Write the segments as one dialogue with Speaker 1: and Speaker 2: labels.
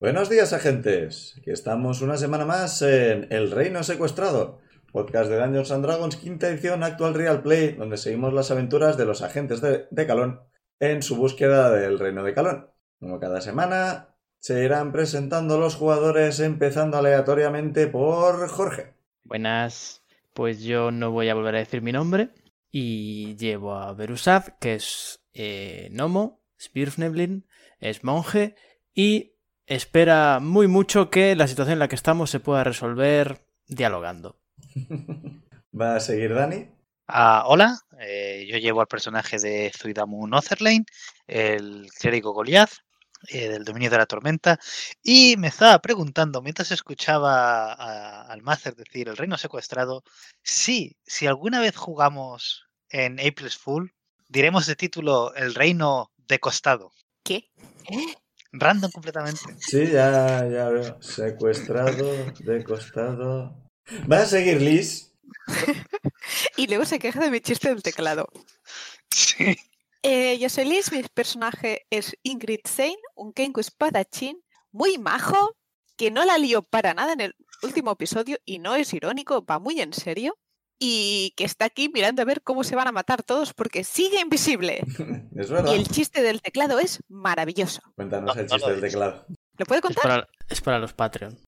Speaker 1: Buenos días, agentes. Aquí estamos una semana más en El Reino Secuestrado, podcast de Dungeons and Dragons, quinta edición actual Real Play, donde seguimos las aventuras de los agentes de, de Calón en su búsqueda del Reino de Calón. Como cada semana, se irán presentando los jugadores, empezando aleatoriamente por Jorge.
Speaker 2: Buenas, pues yo no voy a volver a decir mi nombre y llevo a Berusad, que es eh, Nomo, Spirfneblin, es monje y espera muy mucho que la situación en la que estamos se pueda resolver dialogando.
Speaker 1: ¿Va a seguir Dani?
Speaker 3: Ah, hola, eh, yo llevo al personaje de Zuidamu Notherlane, el clérigo Goliath, eh, del dominio de la tormenta, y me estaba preguntando mientras escuchaba a- al Máster decir el reino secuestrado, si, si alguna vez jugamos en April's Fool, diremos de título el reino de costado.
Speaker 4: ¿Qué?
Speaker 3: Random completamente.
Speaker 1: Sí, ya, ya veo. Secuestrado, de costado. ¿Va a seguir Liz?
Speaker 4: Y luego se queja de mi chiste del teclado.
Speaker 3: Sí.
Speaker 4: Eh, yo soy Liz, mi personaje es Ingrid Zane, un Kenku espadachín muy majo, que no la lió para nada en el último episodio y no es irónico, va muy en serio. Y que está aquí mirando a ver cómo se van a matar todos porque sigue invisible.
Speaker 1: Es verdad.
Speaker 4: Y el chiste del teclado es maravilloso.
Speaker 1: Cuéntanos
Speaker 3: No,
Speaker 1: el
Speaker 3: no lo
Speaker 1: chiste
Speaker 3: he
Speaker 1: del
Speaker 3: dicho.
Speaker 1: teclado.
Speaker 4: ¿Lo puede
Speaker 2: Es
Speaker 4: contar?
Speaker 2: para, es para los Patreon.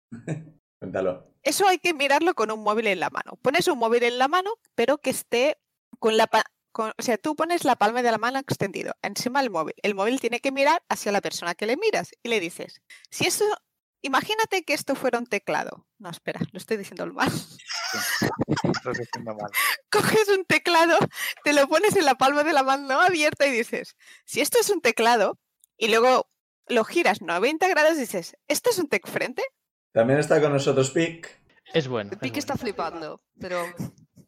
Speaker 1: Cuéntalo.
Speaker 4: Eso hay que mirarlo con un móvil en la mano. Pones un móvil en la mano, pero que esté con la... pa- con- o sea, tú pones la palma de la mano extendido encima del móvil. El móvil tiene que mirar hacia la persona que le miras y le dices, si esto... Imagínate que esto fuera un teclado. No, espera, lo estoy diciendo mal.
Speaker 3: Lo estoy haciendo mal.
Speaker 4: Coges un teclado, te lo pones en la palma de la mano abierta y dices, si esto es un teclado, y luego lo giras 90 grados y dices, ¿esto es un tec frente?
Speaker 1: También está con nosotros Pic.
Speaker 2: Es bueno. es
Speaker 5: Pic
Speaker 2: bueno.
Speaker 5: está flipando, pero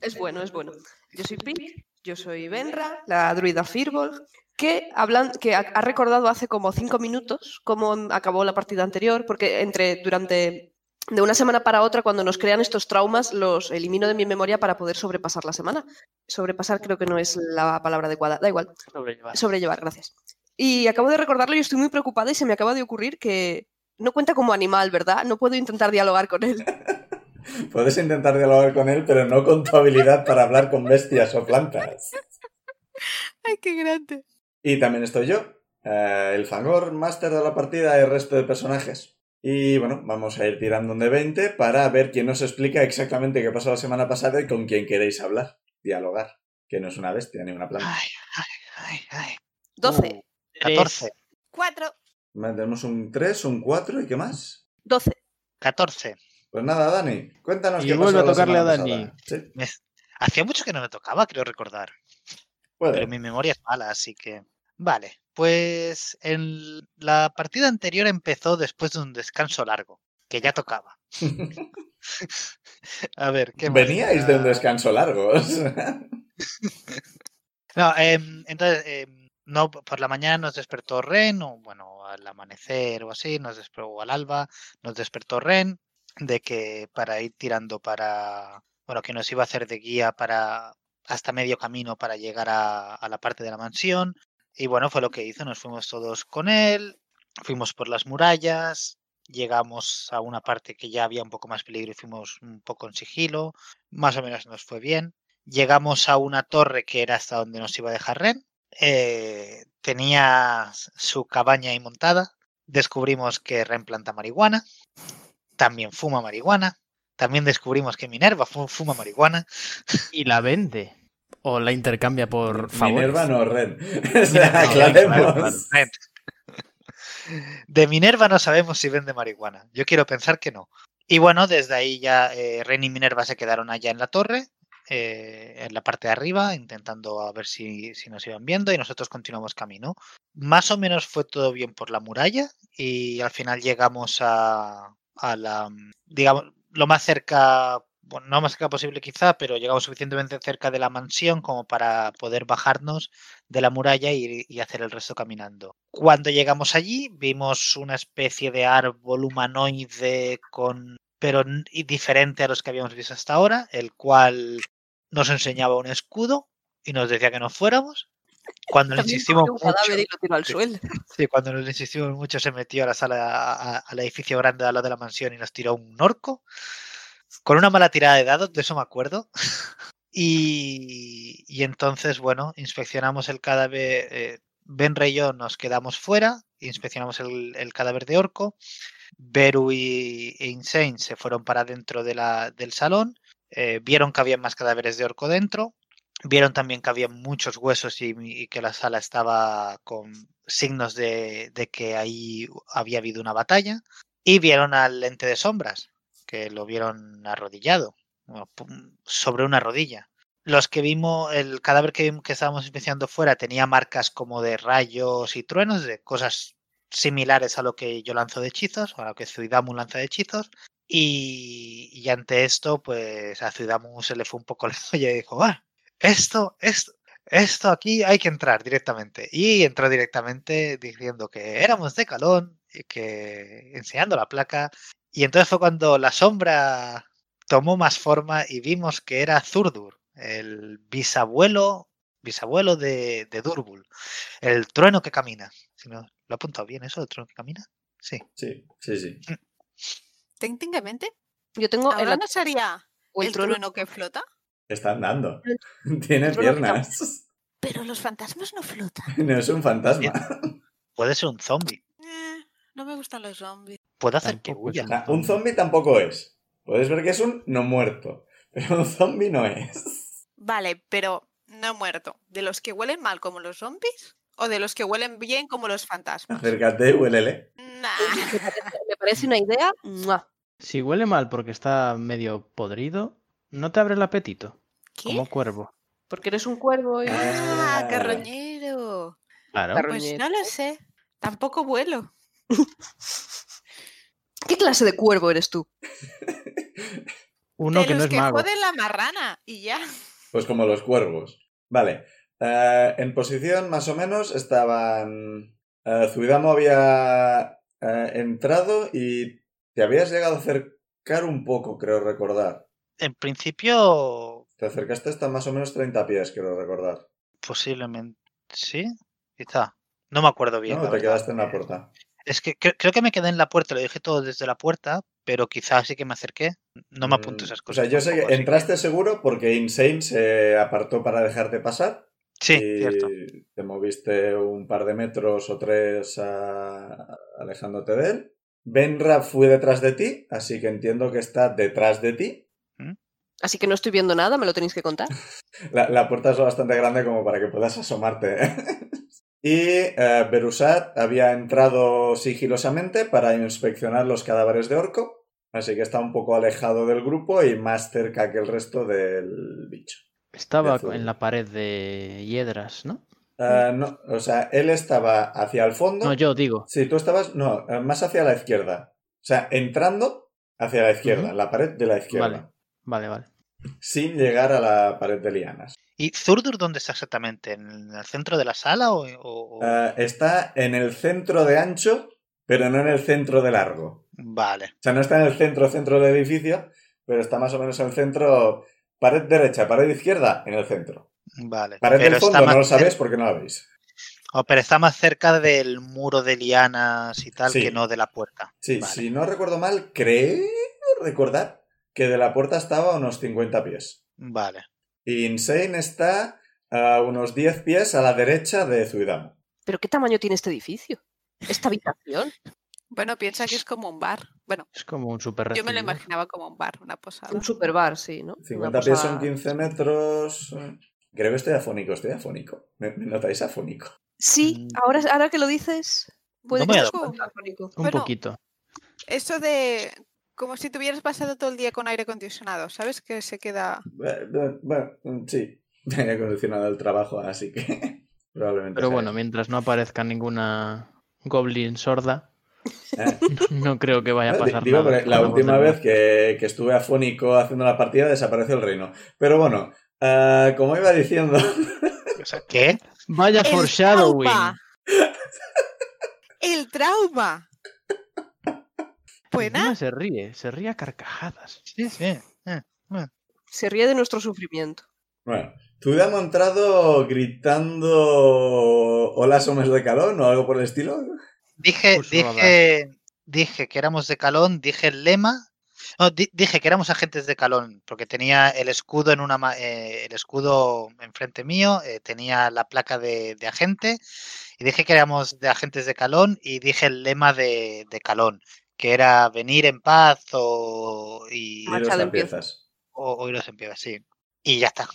Speaker 5: es bueno, es bueno. Yo soy Pic, yo soy Benra, la druida Firbolg, que, hablan, que ha, ha recordado hace como cinco minutos cómo em- acabó la partida anterior, porque entre, durante, de una semana para otra, cuando nos crean estos traumas, los elimino de mi memoria para poder sobrepasar la semana. Sobrepasar creo que no es la palabra adecuada, da igual
Speaker 2: Sobrellevar.
Speaker 5: sobrellevar, gracias. Y acabo de recordarlo y estoy muy preocupada y se me acaba de ocurrir que no cuenta como animal, ¿verdad? No puedo intentar dialogar con él.
Speaker 1: Puedes intentar dialogar con él, pero no con tu habilidad para hablar con bestias o plantas.
Speaker 4: ¡Ay, qué grande!
Speaker 1: Y también estoy yo, eh, el Fangor, máster de la partida y el resto de personajes. Y bueno, vamos a ir tirando un de 20 para ver quién nos explica exactamente qué pasó la semana pasada y con quién queréis hablar, dialogar, que no es una bestia ni una planta.
Speaker 3: Ay, ay, ay, ay.
Speaker 5: 12,
Speaker 3: Uh, 14,
Speaker 4: Cuatro.
Speaker 1: Vale, Tenemos un 3, un 4 y qué más.
Speaker 5: 12.
Speaker 3: 14.
Speaker 1: Pues nada, Dani, cuéntanos
Speaker 2: Y
Speaker 1: qué
Speaker 2: vuelve
Speaker 1: pasó
Speaker 2: a
Speaker 1: la
Speaker 2: tocarle
Speaker 1: semana
Speaker 2: a Dani.
Speaker 1: pasada. Sí,
Speaker 3: Me- Hacía mucho que no me tocaba, creo recordar.
Speaker 1: puede.
Speaker 3: Pero mi memoria es mala, así que. Vale, pues en la partida anterior empezó después de un descanso largo, que ya tocaba. A ver, ¿qué más?
Speaker 1: Veníais de un
Speaker 3: Ah,
Speaker 1: descanso largo. o sea.
Speaker 3: No, em, entonces, em, no, p- por la mañana nos despertó Ren, o bueno, al amanecer o así, nos despertó o al alba, nos despertó Ren, de que para ir tirando para, bueno, que nos iba a hacer de guía para hasta medio camino para llegar a, a la parte de la mansión. Y bueno, fue lo que hizo, nos fuimos todos con él, fuimos por las murallas, llegamos a una parte que ya había un poco más peligro y fuimos un poco en sigilo, más o menos nos fue bien. Llegamos a una torre que era hasta donde nos iba a dejar Ren. eh, tenía s- su cabaña ahí montada. Descubrimos que Ren planta marihuana. También fuma marihuana. También descubrimos que Minerva fu- fuma marihuana.
Speaker 2: Y la vende. O la intercambia por favor.
Speaker 1: Minerva no, Ren.
Speaker 2: Minerva
Speaker 1: O sea,
Speaker 2: no, Ren,
Speaker 1: aclaremos.
Speaker 2: claro,
Speaker 3: Ren. De Minerva no sabemos si vende marihuana. Yo quiero pensar que no. Y bueno, desde ahí ya eh, Ren y Minerva se quedaron allá en la torre. eh, en la parte de arriba, intentando a ver si, si nos iban viendo y nosotros continuamos camino. Más o menos fue todo bien por la muralla y al final llegamos a, a la, digamos, lo más cerca, bueno, no más cerca posible quizá, pero llegamos suficientemente cerca de la mansión como para poder bajarnos de la muralla y, y hacer el resto caminando. Cuando llegamos allí vimos una especie de árbol humanoide con pero n- y diferente a los que habíamos visto hasta ahora, el cual nos enseñaba un escudo y nos decía que no fuéramos. Cuando le
Speaker 5: También
Speaker 3: insistimos
Speaker 5: cogió un
Speaker 3: mucho-
Speaker 5: cadáver y lo tiró al
Speaker 3: Sí.
Speaker 5: suelo.
Speaker 3: Sí, cuando nos insistimos mucho se metió a la sala, a- a- al edificio grande al lado de la mansión y nos tiró un orco. Con una mala tirada de dados, de eso me acuerdo. Y, y entonces, bueno, inspeccionamos el cadáver. eh, Benra y yo nos quedamos fuera, inspeccionamos el, el cadáver de orco. Beru y, e Insane se fueron para dentro de la- del salón. eh, vieron que había más cadáveres de orco dentro. Vieron también que había muchos huesos y, y que la sala estaba con signos de, de que ahí había habido una batalla. Y vieron al ente de sombras, que lo vieron arrodillado, bueno, pum, sobre una rodilla. Los que vimos, el cadáver que, vimos que estábamos inspeccionando fuera tenía marcas como de rayos y truenos, de cosas similares a lo que yo lanzo de hechizos, o a lo que Zuidamu lanza de hechizos. Y, y ante esto, pues a Zuidamu se le fue un poco la olla y dijo, ah, esto, esto, esto aquí hay que entrar directamente. Y entró directamente diciendo que éramos de Calón, y que enseñando la placa. Y entonces fue cuando la sombra tomó más forma y vimos que era Zurdur, el bisabuelo, bisabuelo de, de Durbul, el trueno que camina. Si no, ¿Lo he apuntado bien eso, el trueno que camina? Sí.
Speaker 1: Sí, sí, sí.
Speaker 4: Técnicamente,
Speaker 5: Yo tengo el,
Speaker 4: ahora
Speaker 5: at-
Speaker 4: no sería
Speaker 5: o el
Speaker 4: el
Speaker 5: trueno.
Speaker 4: trueno que flota,
Speaker 1: Está andando.
Speaker 5: El
Speaker 1: Tiene
Speaker 5: el trueno que
Speaker 1: piernas.
Speaker 4: pero los fantasmas no flotan.
Speaker 1: No es un fantasma.
Speaker 3: Puede ser un zombie.
Speaker 4: Eh, no me gustan los zombies.
Speaker 3: Puede hacer que
Speaker 2: Tampoco es
Speaker 3: huya.
Speaker 2: un
Speaker 1: Ah, Un zombie tampoco es. Puedes ver que es un no muerto. Pero un zombie no es.
Speaker 4: Vale, pero no he muerto. ¿De los que huelen mal como los zombies? ¿O de los que huelen bien como los fantasmas?
Speaker 1: Acércate, huélele.
Speaker 4: Nah.
Speaker 5: Me parece, me parece una idea. ¡mua!
Speaker 2: Si huele mal porque está medio podrido, no te abre el apetito, como
Speaker 4: ¿Qué?
Speaker 2: cuervo.
Speaker 5: Porque eres un cuervo y.
Speaker 4: Ah,
Speaker 1: Ah.
Speaker 4: carroñero.
Speaker 2: Claro.
Speaker 5: Claro.
Speaker 4: Pues
Speaker 5: Carroñero.
Speaker 4: no lo sé. Tampoco vuelo.
Speaker 5: ¿Qué clase de cuervo eres tú?
Speaker 2: Uno
Speaker 4: de
Speaker 2: que
Speaker 4: los
Speaker 2: no es
Speaker 4: que
Speaker 2: mago.
Speaker 4: joden la marrana y ya.
Speaker 1: Pues como los cuervos. Vale. Eh, en posición más o menos estaban... eh, Zuidamo había eh, entrado y te habías llegado a acercar un poco, creo recordar.
Speaker 3: En principio,
Speaker 1: Te acercaste hasta más o menos 30 pies, creo recordar.
Speaker 3: posiblemente. Sí, quizá. No me acuerdo bien.
Speaker 1: No,
Speaker 3: la
Speaker 1: te
Speaker 3: verdad.
Speaker 1: quedaste en la
Speaker 3: Eh,
Speaker 1: puerta.
Speaker 3: Es que cre- creo que me quedé en la puerta, lo dije todo desde la puerta, pero quizás sí que me acerqué. No me
Speaker 1: Mm,
Speaker 3: apunto esas
Speaker 1: O
Speaker 3: cosas.
Speaker 1: sea, yo sé
Speaker 3: tampoco,
Speaker 1: que
Speaker 3: así
Speaker 1: entraste seguro porque Insane se apartó para dejarte pasar.
Speaker 3: Sí,
Speaker 1: y
Speaker 3: cierto.
Speaker 1: te moviste un par de metros o tres a- alejándote de él. Benra fue detrás de ti, así que entiendo que está detrás de ti.
Speaker 5: Así que no estoy viendo nada, me lo tenéis que contar.
Speaker 1: La, la puerta es lo bastante grande como para que puedas asomarte. ¿eh? y eh, Berusat había entrado sigilosamente para inspeccionar los cadáveres de orco, así que está un poco alejado del grupo y más cerca que el resto del bicho. de
Speaker 2: Estaba
Speaker 1: azul.
Speaker 2: en la pared de hiedras, ¿no?
Speaker 1: Eh, no, o sea, él estaba hacia el fondo.
Speaker 2: No, yo digo.
Speaker 1: Sí, tú estabas, no, eh, más hacia la izquierda. O sea, entrando hacia la izquierda,
Speaker 2: Ujú.
Speaker 1: la pared de la izquierda,
Speaker 2: Vale, vale.
Speaker 1: sin llegar a la pared de lianas.
Speaker 3: ¿Y Zurdur dónde está exactamente? ¿En el centro de la sala o.? o- o-
Speaker 1: Eh, está en el centro de ancho, pero no en el centro de largo.
Speaker 3: Vale.
Speaker 1: O sea, no está en el centro, centro del edificio, pero está más o menos en el centro, pared derecha, pared izquierda, en el centro.
Speaker 3: Vale.
Speaker 1: Pared del fondo, no lo
Speaker 3: cer-
Speaker 1: sabéis porque no la veis.
Speaker 3: oh, pero está más cerca del muro de lianas y tal
Speaker 1: Sí.
Speaker 3: que no de la puerta.
Speaker 1: Sí,
Speaker 3: Vale.
Speaker 1: si no recuerdo mal, creo recordar que de la puerta estaba a unos 50 pies.
Speaker 3: Vale.
Speaker 1: Y Insane está a unos 10 pies a la derecha de Zuidamo.
Speaker 5: ¿Pero qué tamaño tiene este edificio? ¿Esta habitación?
Speaker 4: Bueno, piensa que es como un bar. Bueno,
Speaker 2: Es como un super
Speaker 4: yo me lo
Speaker 2: rectángulo.
Speaker 4: imaginaba como un bar, una posada.
Speaker 5: Un superbar, sí, ¿no? Una
Speaker 1: 50 pies
Speaker 5: posada.
Speaker 1: son 15 metros. Creo que estoy afónico, estoy afónico. ¿Me, me notáis afónico?
Speaker 5: Sí,
Speaker 3: Mm.
Speaker 5: ahora, ahora que lo dices, puede
Speaker 3: No me
Speaker 5: que
Speaker 3: he dado
Speaker 5: sea
Speaker 4: cuenta.
Speaker 5: afónico.
Speaker 2: Un
Speaker 4: Bueno,
Speaker 2: poquito.
Speaker 4: Eso de Como si tuvieras pasado todo el día con aire acondicionado, ¿sabes? Que se queda...
Speaker 1: Eh, eh, Bueno, sí, me he acondicionado el trabajo, así que probablemente.
Speaker 2: Pero
Speaker 1: sea
Speaker 2: bueno,
Speaker 1: eso.
Speaker 2: mientras no aparezca ninguna goblin sorda,
Speaker 1: Eh,
Speaker 2: no creo que vaya a
Speaker 1: eh,
Speaker 2: pasar
Speaker 1: digo,
Speaker 2: nada.
Speaker 1: porque la
Speaker 2: Podemos
Speaker 1: última
Speaker 2: tener-
Speaker 1: vez que, que estuve afónico haciendo la partida desapareció el reino. Pero bueno, eh, como iba diciendo,
Speaker 3: O sea, ¿Qué?
Speaker 2: Vaya
Speaker 4: ¡El
Speaker 2: foreshadowing.
Speaker 4: trauma! ¡El trauma! Pues
Speaker 2: Encima
Speaker 4: nada,
Speaker 2: se ríe, se ríe a carcajadas.
Speaker 3: Sí, sí. eh.
Speaker 5: Se ríe de nuestro sufrimiento.
Speaker 1: bueno, ¿tú te has montado gritando Hola, somos de calón o algo por el estilo?
Speaker 3: Dije,
Speaker 2: Pues no habrá.
Speaker 3: dije, dije que éramos de Calón, dije el lema. No, di- dije que éramos agentes de Calón, porque tenía el escudo en una ma- eh, el escudo enfrente mío, eh, tenía la placa de, de agente, y dije que éramos de agentes de Calón, y dije el lema de, de Calón, que era venir en paz o y,
Speaker 1: Y
Speaker 5: Machado
Speaker 1: los
Speaker 5: empieza.
Speaker 1: empiezas.
Speaker 3: o, o iros en pie, sí. Y ya está.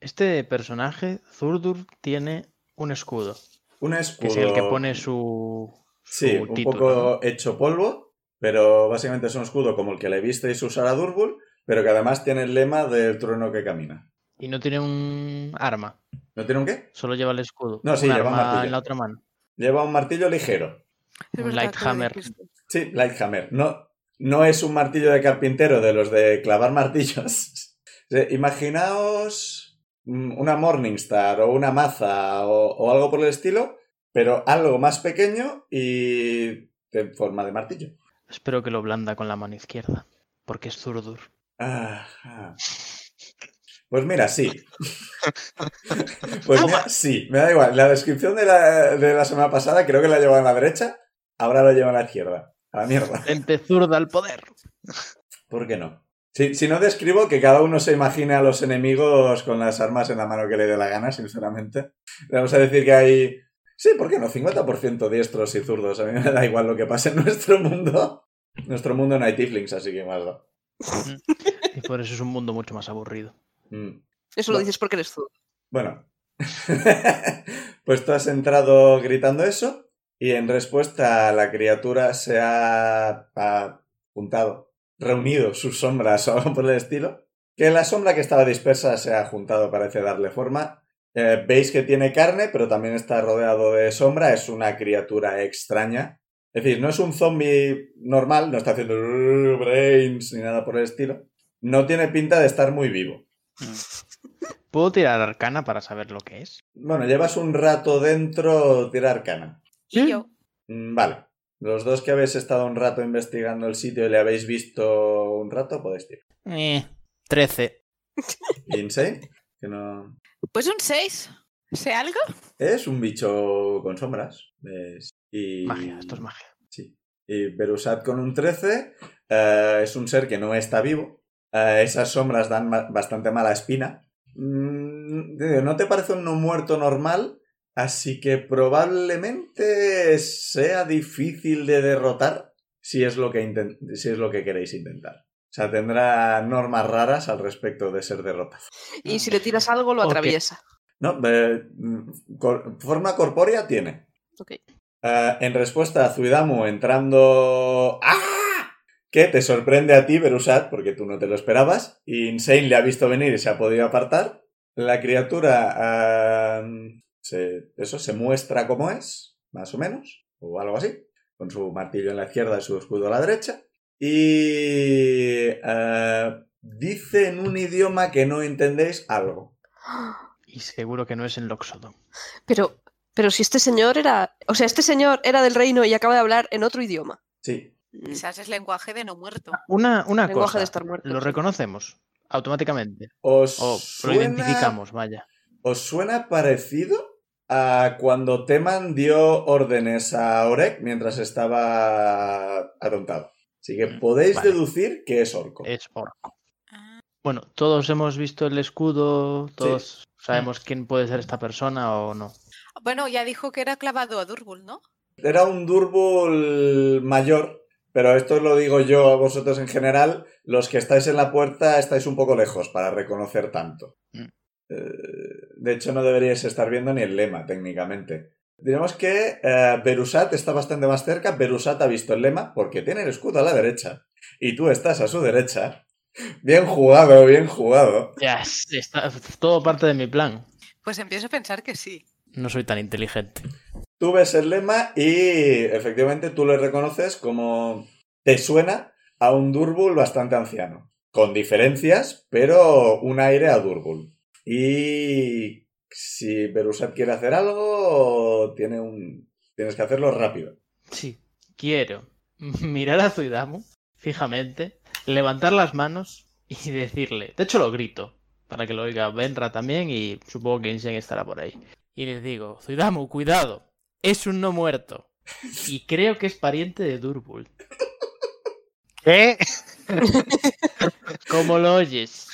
Speaker 2: Este personaje, Zurdur, tiene un escudo,
Speaker 1: Un
Speaker 2: que
Speaker 1: escudo.
Speaker 2: es el que pone su, su
Speaker 1: Sí, un
Speaker 2: título,
Speaker 1: poco hecho polvo, pero básicamente es un escudo como el que le visteis usar a Durbul, pero que además tiene el lema del trueno que camina.
Speaker 2: ¿no? Y no tiene un arma,
Speaker 1: ¿No tiene un qué?
Speaker 2: solo lleva el escudo.
Speaker 1: No, sí,
Speaker 2: un
Speaker 1: lleva un
Speaker 2: arma
Speaker 1: martillo.
Speaker 2: en la otra mano.
Speaker 1: Lleva un martillo ligero.
Speaker 4: es
Speaker 2: Un
Speaker 4: verdad que lo
Speaker 2: Lighthammer.
Speaker 4: dijiste.
Speaker 1: Sí, Lighthammer. No, no es un martillo de carpintero de los de clavar martillos. Sí, Imaginaos mm, una Morningstar o una maza o, o algo por el estilo, pero algo más pequeño y en forma de martillo.
Speaker 2: Espero que lo blanda con la mano izquierda, porque es Zurdur.
Speaker 1: Ajá. Pues mira, sí. Pues mira, sí, me da igual. La descripción de la, de la semana pasada creo que la llevaba a la derecha, ahora la lleva a la izquierda. A la mierda.
Speaker 2: Gente zurda al poder.
Speaker 1: ¿Por qué no? Si, si no describo que cada uno se imagine a los enemigos con las armas en la mano que le dé la gana, sinceramente. Vamos a decir que hay... Sí, ¿por qué no? 50% diestros y zurdos. A mí me da igual lo que pase en nuestro mundo. En nuestro mundo no hay tieflings, así que más da.
Speaker 2: Y por eso es un mundo mucho más aburrido.
Speaker 1: Mm.
Speaker 5: Eso lo
Speaker 1: Bueno.
Speaker 5: dices porque eres tú.
Speaker 1: Bueno, pues tú has entrado gritando eso y en respuesta la criatura se ha juntado, reunido sus sombras o algo por el estilo. Que la sombra que estaba dispersa se ha juntado, parece darle forma. Eh, Veis que tiene carne, pero también está rodeado de sombra. Es una criatura extraña. Es decir, no es un zombie normal, no está haciendo "Uh, brains ni nada por el estilo. No tiene pinta de estar muy vivo.
Speaker 2: ¿Puedo tirar arcana para saber lo que es?
Speaker 1: Bueno, llevas un rato dentro tira arcana.
Speaker 4: Y yo,
Speaker 1: Mm, Vale. Los dos que habéis estado un rato investigando el sitio y le habéis visto un rato, podéis tirar.
Speaker 2: Eh, 13.
Speaker 1: Insane, que no...
Speaker 4: pues un 6. ¿Sé algo?
Speaker 1: Es un bicho con sombras. es- Y...
Speaker 2: Magia, esto es magia.
Speaker 1: Sí. Y Berusat con un 13 eh, es un ser que no está vivo. Eh, esas sombras dan ma- bastante mala espina. Mm, te digo, no te parece un no muerto normal, así que probablemente sea difícil de derrotar si es lo que, inten- si es lo que queréis intentar. O sea, tendrá normas raras al respecto de ser derrotado.
Speaker 5: Y
Speaker 3: Mm.
Speaker 5: si le tiras algo, lo
Speaker 2: Ok.
Speaker 5: atraviesa.
Speaker 1: No, eh, mm, cor- forma corpórea tiene.
Speaker 5: Ok.
Speaker 1: Eh, en respuesta a Zuidamu entrando... ¡Ah! Que te sorprende a ti, Berusat, porque tú no te lo esperabas. Y Insane le ha visto venir y se ha podido apartar. La criatura... eh, se- eso se muestra como es, más o menos, o algo así. Con su martillo en la izquierda y su escudo a la derecha. Y... eh, dice en un idioma que no entendéis algo.
Speaker 2: Y seguro que no es el Loxodon.
Speaker 5: Pero, pero si este señor era. O sea, este señor era del reino y acaba de hablar en otro idioma.
Speaker 1: Sí,
Speaker 5: Mm,
Speaker 4: Quizás es lenguaje de no muerto.
Speaker 2: Una, una
Speaker 5: Lenguaje
Speaker 2: cosa.
Speaker 5: de estar muerto.
Speaker 2: Lo reconocemos automáticamente.
Speaker 1: ¿Os,
Speaker 2: O lo
Speaker 1: suena,
Speaker 2: identificamos, vaya.
Speaker 1: ¿Os suena parecido a cuando Teman dio órdenes a Orek mientras estaba atontado? Así que
Speaker 2: Mm,
Speaker 1: podéis
Speaker 2: vale.
Speaker 1: deducir que es orco.
Speaker 2: Es orco. Bueno, todos hemos visto el escudo, todos sabemos quién puede ser esta persona o no.
Speaker 4: Bueno, ya dijo que era clavado a Durbul, ¿no?
Speaker 1: Era un Durbul mayor, pero esto lo digo yo a vosotros en general. Los que estáis en la puerta estáis un poco lejos para reconocer tanto.
Speaker 2: Mm.
Speaker 1: Eh, de hecho, no deberíais estar viendo ni el lema, técnicamente. Digamos que eh, Berusat está bastante más cerca. Berusat ha visto el lema porque tiene el escudo a la derecha. y tú estás a su derecha. Bien jugado, bien jugado.
Speaker 2: Ya, es- está todo parte de mi plan.
Speaker 4: Pues empiezo a pensar que sí.
Speaker 2: No soy tan inteligente.
Speaker 1: Tú ves el lema y efectivamente tú le reconoces como te suena a un Durbul bastante anciano. Con diferencias, pero un aire a Durbul. Y si Berusat quiere hacer algo, tiene un... tienes que hacerlo rápido.
Speaker 2: Sí, quiero mirar a Zuidamu fijamente, levantar las manos y decirle, de hecho lo grito, para que lo oiga Benra también y supongo que Insane estará por ahí. Y les digo, Zuidamu, cuidado, es un no muerto. Y creo que es pariente de Durbul.
Speaker 3: ¿Qué?
Speaker 2: ¿Cómo lo oyes?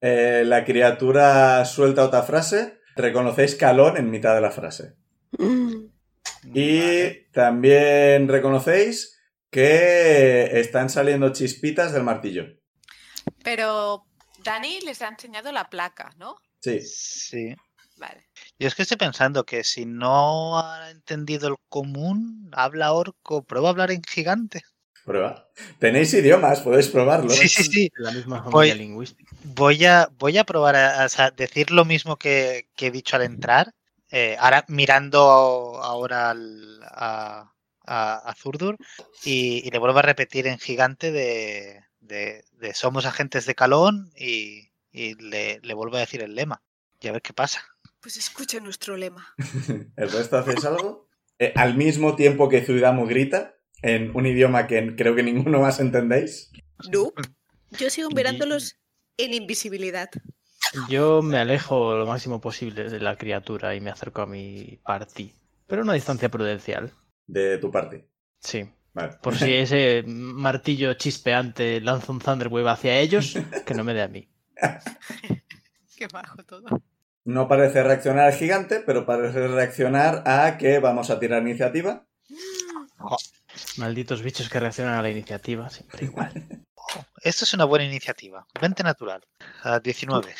Speaker 1: Eh, la criatura suelta otra frase. Reconocéis calón en mitad de la frase.
Speaker 5: Mm.
Speaker 2: Vale.
Speaker 1: Y también reconocéis que están saliendo chispitas del martillo.
Speaker 4: Pero Dani les ha enseñado la placa, ¿no?
Speaker 1: Sí.
Speaker 3: Sí.
Speaker 4: Vale.
Speaker 3: Yo es que estoy pensando que si no ha entendido el común, habla orco, prueba a hablar en gigante.
Speaker 1: Prueba. Tenéis idiomas, podéis probarlo.
Speaker 3: Sí, sí, sí.
Speaker 2: La misma familia
Speaker 3: Voy-
Speaker 2: lingüística.
Speaker 3: Voy a, voy a probar a, a sa- decir lo mismo que, que he dicho al entrar. eh, ahora mirando ahora al- a, a, a Zurdur y, y le vuelvo a repetir en gigante de, de- de somos agentes de Calón y, y le, le vuelvo a decir el lema y a ver qué pasa.
Speaker 4: Pues escucha nuestro lema.
Speaker 1: ¿El resto hacéis algo? Eh, al mismo tiempo que Zuidamu grita, en un idioma que creo que ninguno más entendéis.
Speaker 4: Nope. Yo sigo
Speaker 2: Y-
Speaker 4: mirándolos en invisibilidad.
Speaker 2: Yo me alejo lo máximo posible de la criatura y me acerco a mi party. Pero a una distancia prudencial.
Speaker 1: De tu parte.
Speaker 2: Sí.
Speaker 1: Vale.
Speaker 2: Por si ese martillo chispeante lanza un Thunderwave hacia ellos, que no me dé a mí.
Speaker 4: Qué bajo todo.
Speaker 1: No parece reaccionar al gigante, pero parece reaccionar a que vamos a tirar iniciativa.
Speaker 2: Malditos bichos que reaccionan a la iniciativa, siempre igual.
Speaker 3: Esto es una buena iniciativa. 20 natural. A 19.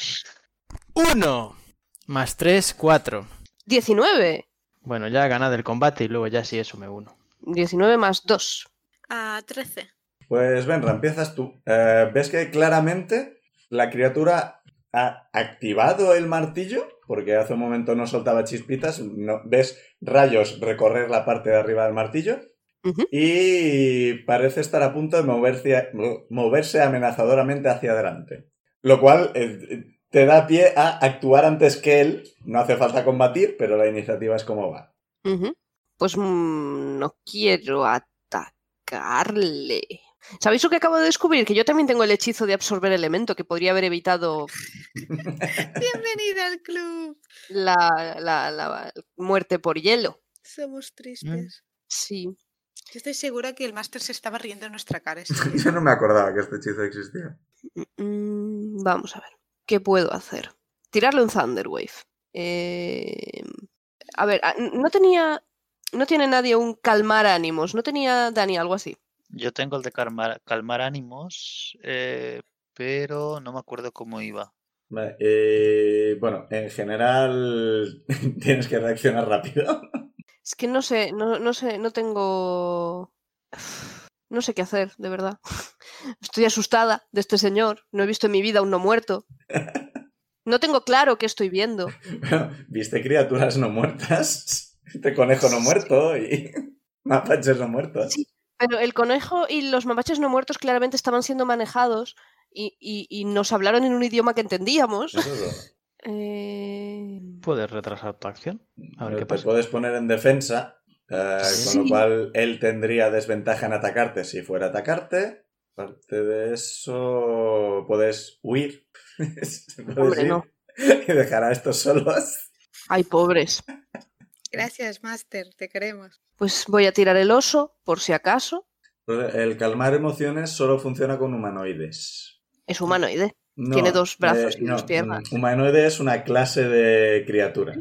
Speaker 2: ¡Uno! Más tres, cuatro.
Speaker 5: 19.
Speaker 2: Bueno, ya ganá del combate y luego ya si eso me uno.
Speaker 5: 19 más 2.
Speaker 6: A 13.
Speaker 1: Pues Benra, empiezas tú. Eh, ¿Ves que claramente la criatura ha activado el martillo? Porque hace un momento no soltaba chispitas. no- ¿Ves rayos recorrer la parte de arriba del martillo?
Speaker 5: Ujú.
Speaker 1: Y parece estar a punto de moverse, moverse amenazadoramente hacia adelante. Lo cual eh, te da pie a actuar antes que él. No hace falta combatir, pero la iniciativa es como va.
Speaker 5: Ujú. Pues mm, no quiero atacarle. ¿Sabéis lo que acabo de descubrir? Que yo también tengo el hechizo de absorber elemento, que podría haber evitado
Speaker 6: Bienvenida al club.
Speaker 5: la, la- la muerte por hielo.
Speaker 6: Somos tristes.
Speaker 5: Sí.
Speaker 4: Yo estoy segura que el máster se estaba riendo en nuestra cara. ese día.
Speaker 1: Yo no me acordaba que este hechizo existía.
Speaker 5: Mm, vamos a ver. ¿Qué puedo hacer? Tirarle un Thunderwave. Eh, a ver, a- no tenía. No tiene nadie un calmar ánimos. No tenía Dani algo así.
Speaker 3: Yo tengo el de calmar, calmar ánimos, eh, pero no me acuerdo cómo iba.
Speaker 1: Vale, eh, bueno, en general tienes que reaccionar rápido.
Speaker 5: Es que no sé, no, no sé, no tengo. No sé qué hacer, de verdad. Estoy asustada de este señor. No he visto en mi vida un no muerto. No tengo claro qué estoy viendo.
Speaker 1: Bueno, Viste criaturas no muertas, este conejo no muerto y mapaches no muertos.
Speaker 5: Sí. Pero el conejo y los mapaches no muertos claramente estaban siendo manejados y, y- y nos hablaron en un idioma que entendíamos.
Speaker 1: Eso es lo-
Speaker 5: Eh,
Speaker 2: ¿Puedes retrasar tu acción? A ver
Speaker 1: Pero
Speaker 2: qué
Speaker 1: te
Speaker 2: pasa.
Speaker 1: puedes poner en defensa, eh, con lo
Speaker 5: Sí.
Speaker 1: cual él tendría desventaja en atacarte si fuera a atacarte. Aparte de eso, puedes huir. Puedes
Speaker 5: Hombre,
Speaker 1: ir
Speaker 5: no.
Speaker 1: Y dejar a estos solos.
Speaker 5: Ay, pobres.
Speaker 6: Gracias, Master. Te queremos.
Speaker 5: Pues voy a tirar el oso, por si acaso.
Speaker 1: El calmar emociones solo funciona con humanoides.
Speaker 5: Es humanoide.
Speaker 1: No,
Speaker 5: Tiene dos brazos y dos
Speaker 1: mm,
Speaker 5: piernas.
Speaker 1: Humanoide es una clase de criatura.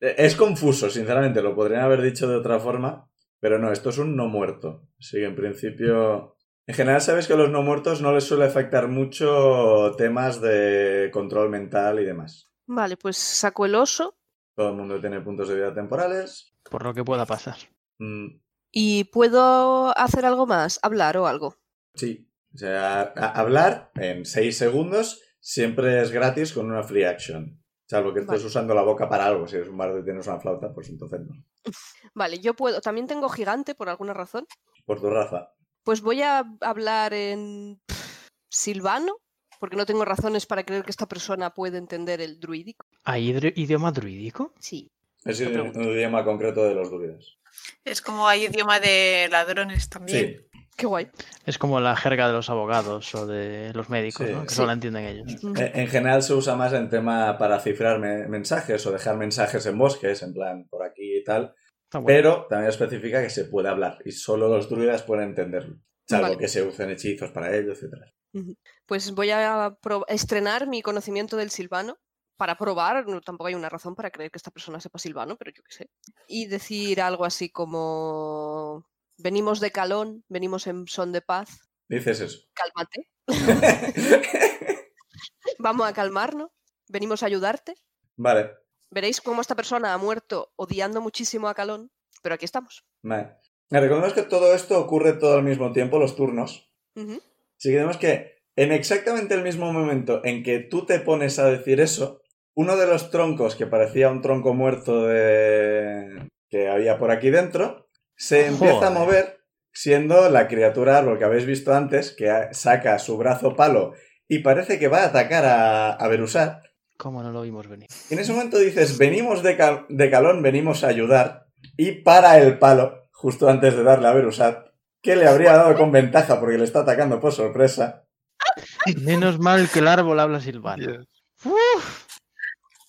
Speaker 1: Eh, Es confuso, sinceramente, lo podrían haber dicho de otra forma, pero no, esto es un no muerto. Así que en principio. En general, sabes que a los no muertos no les suele afectar mucho temas de control mental y demás.
Speaker 5: Vale, pues saco el oso.
Speaker 1: Todo el mundo tiene puntos de vida temporales.
Speaker 2: Por lo que pueda pasar.
Speaker 1: Mm,
Speaker 5: ¿Y puedo hacer algo más? ¿Hablar o algo?
Speaker 1: Sí. O sea, a- hablar en 6 segundos siempre es gratis con una free action. Salvo que estés
Speaker 5: Vale.
Speaker 1: usando la boca para algo. Si eres un bardo y tienes una flauta, pues entonces no.
Speaker 5: Vale, yo puedo. También tengo gigante por alguna razón.
Speaker 1: Por tu raza.
Speaker 5: Pues voy a hablar en pff, silvano, porque no tengo razones para creer que esta persona puede entender el druídico.
Speaker 2: ¿Hay idri- idioma druídico?
Speaker 5: Sí.
Speaker 1: Es
Speaker 5: Te
Speaker 1: un,
Speaker 5: pregunto.
Speaker 1: un idioma concreto de los druidas.
Speaker 6: Es como hay idioma de ladrones también.
Speaker 1: Sí.
Speaker 5: Qué guay.
Speaker 2: Es como la jerga de los abogados o de los médicos,
Speaker 1: Sí.
Speaker 2: ¿no? Que
Speaker 5: Sí.
Speaker 2: solo la entienden ellos.
Speaker 5: Ujú.
Speaker 1: E, En en general se usa más en tema para cifrar me- mensajes o dejar mensajes en bosques, en plan por aquí y tal.
Speaker 2: Está bueno.
Speaker 1: Pero también especifica que se puede hablar y solo los druidas pueden entenderlo. Salvo
Speaker 5: Vale.
Speaker 1: que se usen hechizos para ello, etcétera.
Speaker 5: Pues voy a pro- estrenar mi conocimiento del silvano para probar, no, tampoco hay una razón para creer que esta persona sepa silvano, pero yo qué sé. Y decir algo así como venimos de calón, venimos en son de paz,
Speaker 1: Dices eso.
Speaker 5: cálmate, vamos a calmarnos, venimos a ayudarte.
Speaker 1: vale.
Speaker 5: Veréis cómo esta persona ha muerto odiando muchísimo a Calón, pero aquí estamos.
Speaker 1: Vale. Recordemos que todo esto ocurre todo al mismo tiempo, los turnos.
Speaker 5: Ujú.
Speaker 1: Si queremos que en exactamente el mismo momento en que tú te pones a decir eso, uno de los troncos que parecía un tronco muerto de... que había por aquí dentro, se empieza a
Speaker 2: Joder.
Speaker 1: mover siendo la criatura árbol que habéis visto antes, que a- saca su brazo palo y parece que va a atacar a, a Berusat.
Speaker 2: ¿Cómo no lo vimos venir?
Speaker 1: Y en ese momento dices, venimos de, cal- de calón, venimos a ayudar. Y para el palo, justo antes de darle a Berusat, que le habría dado con ventaja porque le está atacando por sorpresa.
Speaker 2: Menos mal que el árbol habla silvano.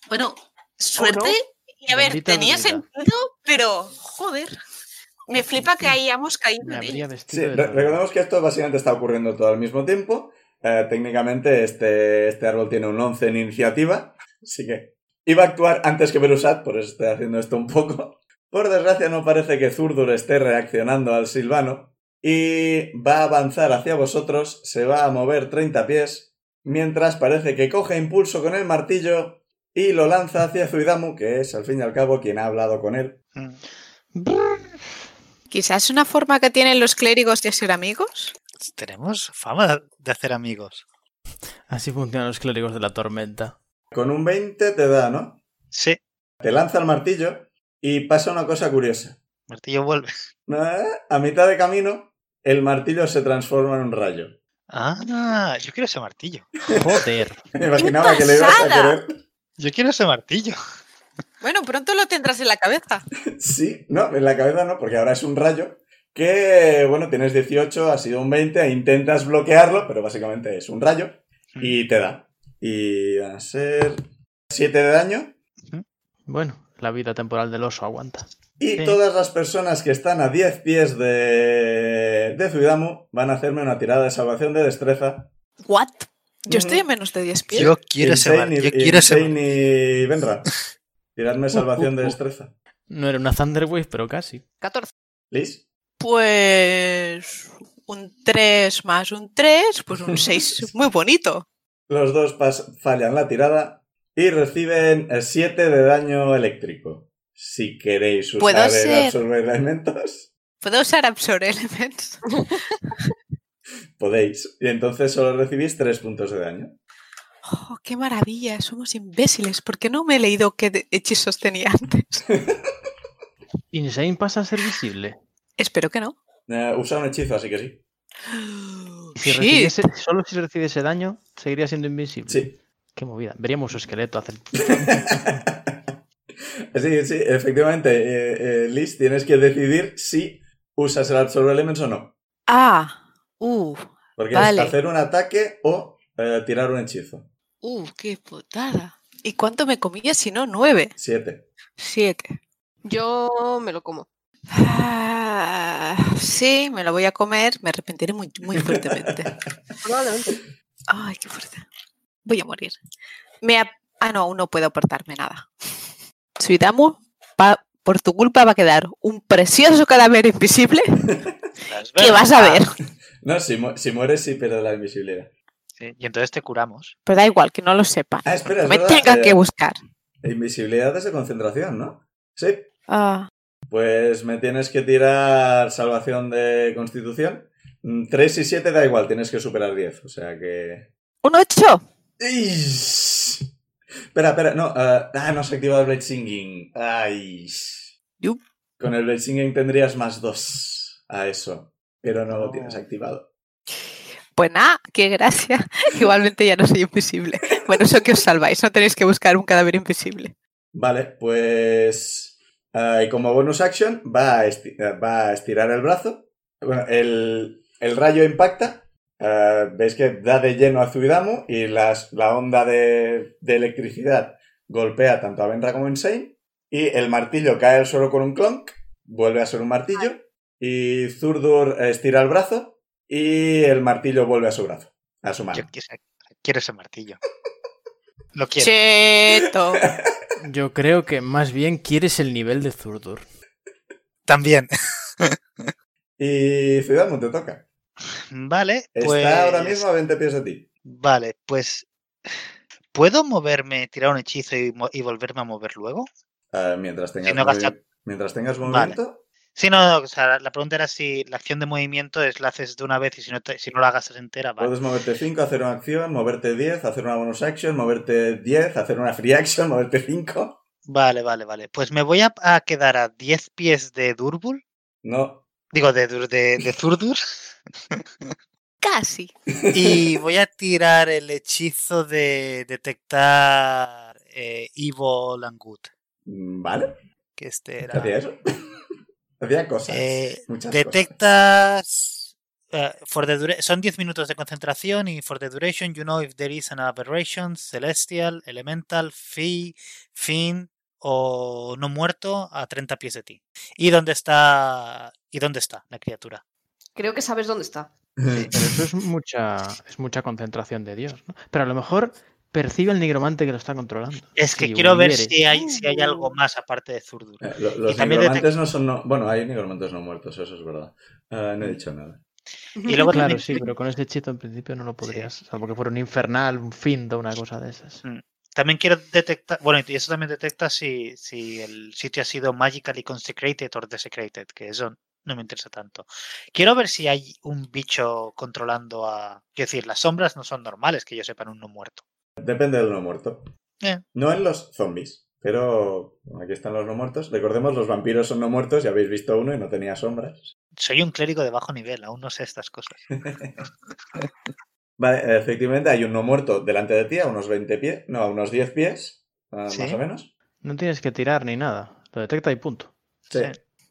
Speaker 6: Bueno, suerte. Y a ver,
Speaker 2: Bendita
Speaker 6: tenía
Speaker 2: habilidad.
Speaker 6: sentido, pero joder. Me flipa que hayamos caído
Speaker 2: Me
Speaker 6: en ello.
Speaker 2: habría
Speaker 1: Sí,
Speaker 2: vestido de
Speaker 1: re-
Speaker 2: druida.
Speaker 1: recordemos que esto básicamente está ocurriendo todo al mismo tiempo. Eh, técnicamente este, este árbol tiene un 11 en iniciativa, así que iba a actuar antes que Berusat, por eso estoy haciendo esto un poco. Por desgracia no parece que Zurdur esté reaccionando al silvano y va a avanzar hacia vosotros, se va a mover 30 pies, mientras parece que coge impulso con el martillo y lo lanza hacia Zuidamu, que es al fin y al cabo quien ha hablado con él.
Speaker 3: Mm.
Speaker 4: Quizás una forma que tienen los clérigos de ser amigos.
Speaker 3: Tenemos fama de hacer amigos.
Speaker 2: Así funcionan los clérigos de la tormenta.
Speaker 1: Con un 20 te da, ¿no?
Speaker 3: Sí,
Speaker 1: Te lanza el martillo y pasa una cosa curiosa.
Speaker 3: martillo vuelve.
Speaker 1: Ah, A mitad de camino, el martillo se transforma en un rayo.
Speaker 3: Ah, yo quiero ese martillo.
Speaker 2: Joder.
Speaker 1: Me imaginaba que le ibas a
Speaker 4: pasada!
Speaker 1: querer.
Speaker 3: Yo quiero ese martillo.
Speaker 4: Bueno, pronto lo tendrás en la cabeza.
Speaker 1: Sí, no, en la cabeza no, porque ahora es un rayo. Que, bueno, tienes 18, ha sido un 20, e intentas bloquearlo, pero básicamente es un rayo. Y te da. Y van a ser 7 de daño.
Speaker 2: Bueno, la vida temporal del oso aguanta.
Speaker 1: Y
Speaker 2: Sí.
Speaker 1: todas las personas que están a 10 pies de, de Zuidamu van a hacerme una tirada de salvación de destreza
Speaker 4: ¿What? Yo estoy
Speaker 2: Mm.
Speaker 1: Ujú.
Speaker 4: a menos de 10 pies.
Speaker 1: Yo
Speaker 3: Yo quiero ese
Speaker 1: Insane y-
Speaker 3: martillo. Yo quiero ese mar-
Speaker 1: Insane y Benra. Tiradme salvación de destreza.
Speaker 2: No era una Thunderwave, pero casi.
Speaker 5: 14.
Speaker 1: ¿Liz?
Speaker 4: Pues un 3 más un 3, pues un 6. Muy bonito.
Speaker 1: Los dos pas- fallan la tirada y reciben 7 de daño eléctrico. Si queréis usar
Speaker 4: ¿Puedo
Speaker 1: el
Speaker 4: ser?
Speaker 1: absorber elementos,
Speaker 4: ¿Puedo usar Absorb Elements?
Speaker 1: podéis. Y entonces solo recibís 3 puntos de daño.
Speaker 4: Oh, ¡Qué maravilla! Somos imbéciles. ¿Por qué no me he leído qué de- hechizos tenía antes?
Speaker 2: Insane pasa a ser visible.
Speaker 4: Espero que no.
Speaker 1: Eh, usa un hechizo, así que sí.
Speaker 2: Si
Speaker 4: Shit.
Speaker 2: recibiese, solo si recibiese daño, seguiría siendo invisible.
Speaker 1: Sí.
Speaker 2: Qué movida. Veríamos su esqueleto hacer.
Speaker 1: sí, sí, efectivamente. eh, eh, Liz, tienes que decidir si usas el absorber elements o no.
Speaker 4: Ah, uh,
Speaker 1: Porque
Speaker 4: Vale.
Speaker 1: es hacer un ataque o eh, tirar un hechizo.
Speaker 4: uh, qué putada. ¿Y cuánto me comía si no? Nueve.
Speaker 1: 7.
Speaker 4: Siete.
Speaker 5: Yo me lo como.
Speaker 4: Ah, sí, me lo voy a comer. Me arrepentiré muy, muy fuertemente.
Speaker 5: Probablemente.
Speaker 4: Ay, qué fuerte. Voy a morir. Me ap- ah, no, aún no puedo aportarme nada. Suidamu, pa- por tu culpa va a quedar un precioso cadáver invisible
Speaker 3: Las
Speaker 4: que vas
Speaker 1: ah.
Speaker 4: a ver.
Speaker 1: No, si, mu- si mueres sí pierdes la invisibilidad.
Speaker 3: Sí, y entonces te curamos.
Speaker 4: Pero da igual, que no lo sepan.
Speaker 1: Ah, espera,
Speaker 4: que
Speaker 1: es
Speaker 4: me
Speaker 1: verdad,
Speaker 4: tengan
Speaker 1: eh,
Speaker 4: que buscar.
Speaker 1: Invisibilidad es de concentración, ¿no? Sí.
Speaker 4: Ah,
Speaker 1: Pues me tienes que tirar salvación de constitución. 3 y 7 da igual, tienes que superar 10. O sea que.
Speaker 4: ¿Un 8?
Speaker 1: ¡Ish! Espera, espera, no. ah, ah, no se ha activado el Blade Singing. ¡Ay!
Speaker 4: Yup.
Speaker 1: Con el Blade Singing tendrías más 2 a eso. Pero no lo tienes activado.
Speaker 4: Pues nada, qué gracia. Igualmente ya no soy invisible. Bueno, eso que os salváis, no tenéis que buscar un cadáver invisible.
Speaker 1: Vale, pues. ah, y como bonus action, va a, esti- eh, va a estirar el brazo. Bueno, el, el rayo impacta. Ah, Veis que da de lleno a Zuidamu y las- la onda de, de electricidad golpea tanto a Benra como a Insane. Y el martillo cae al suelo con un clonk. Vuelve a ser un martillo. Y Zurdur estira el brazo. Y el martillo vuelve a su brazo. A su mano.
Speaker 3: Yo quise- quiero ese martillo. Lo quiero.
Speaker 4: Cheto.
Speaker 2: Yo creo que más bien quieres el nivel de Zurdur.
Speaker 3: También.
Speaker 1: Y Zuidamu te toca.
Speaker 3: Vale,
Speaker 1: Está
Speaker 3: pues.
Speaker 1: ahora mismo a 20 pies de ti.
Speaker 3: Vale, pues. ¿Puedo moverme, tirar un hechizo y, mo- y volverme a mover luego?
Speaker 1: Ah, mientras tengas,
Speaker 3: Si no
Speaker 1: movi-
Speaker 3: gasta-
Speaker 1: mientras tengas
Speaker 3: Vale.
Speaker 1: movimiento.
Speaker 3: Sí, no, no, o sea, la pregunta era si la acción de movimiento es la haces de una vez y si no, te- si no la hagas entera, vale.
Speaker 1: Puedes moverte 5, hacer una acción, moverte 10, hacer una bonus action, moverte 10, hacer una free action, moverte 5.
Speaker 3: Vale, vale, vale. Pues me voy a, a quedar a 10 pies de Durbul.
Speaker 1: No.
Speaker 3: Digo, de, Dur- de, de Zurdur.
Speaker 4: Casi.
Speaker 3: Y voy a tirar el hechizo de detectar eh, Evil and Good.
Speaker 1: Mm, ¿Vale?
Speaker 3: Que este
Speaker 1: ¿Qué
Speaker 3: era.
Speaker 1: hacía eso? hacía cosas.
Speaker 3: Eh,
Speaker 1: muchas
Speaker 3: Detectas. eh, for the dura- son 10 minutos de concentración y for the duration you know if there is an aberration, celestial, elemental, fi, fin o no muerto a 30 pies de ti. ¿Y dónde está y dónde está la criatura?
Speaker 5: Creo que sabes dónde está.
Speaker 1: cosas.
Speaker 2: Pero eso es mucha, es mucha concentración de Dios, ¿no? Pero a lo mejor percibe el nigromante que lo está controlando.
Speaker 3: Es que
Speaker 2: Si
Speaker 3: quiero ver
Speaker 2: hubiere.
Speaker 3: si hay, si hay algo más aparte de Zurdur.
Speaker 1: Eh, lo- los
Speaker 3: y también
Speaker 1: nigromantes no son. no- Bueno, hay nigromantes no muertos, eso es verdad. Eh, no he dicho nada.
Speaker 3: Y luego
Speaker 2: Claro,
Speaker 3: también
Speaker 2: sí, pero con ese hechizo en principio no lo podrías, salvo que fuera un infernal, un findo, una cosa de esas.
Speaker 3: También quiero detectar, bueno, y eso también detecta si, si el sitio ha sido magically consecrated o desecrated, que eso no me interesa tanto. Quiero ver si hay un bicho controlando a... Quiero decir, las sombras no son normales, que yo sepa, en un no muerto.
Speaker 1: Depende del no muerto.
Speaker 3: Eh.
Speaker 1: No en los zombies, pero aquí están los no muertos. Recordemos, los vampiros son no muertos, ya habéis visto uno y no tenía sombras.
Speaker 3: Soy un clérigo de bajo nivel, aún no sé estas cosas.
Speaker 1: Vale, efectivamente hay un no muerto delante de ti a unos 20 pies, no, a unos 10 pies, ah,
Speaker 3: Sí.
Speaker 1: más o menos.
Speaker 2: No tienes que tirar ni nada, lo detecta y punto.
Speaker 1: Sí.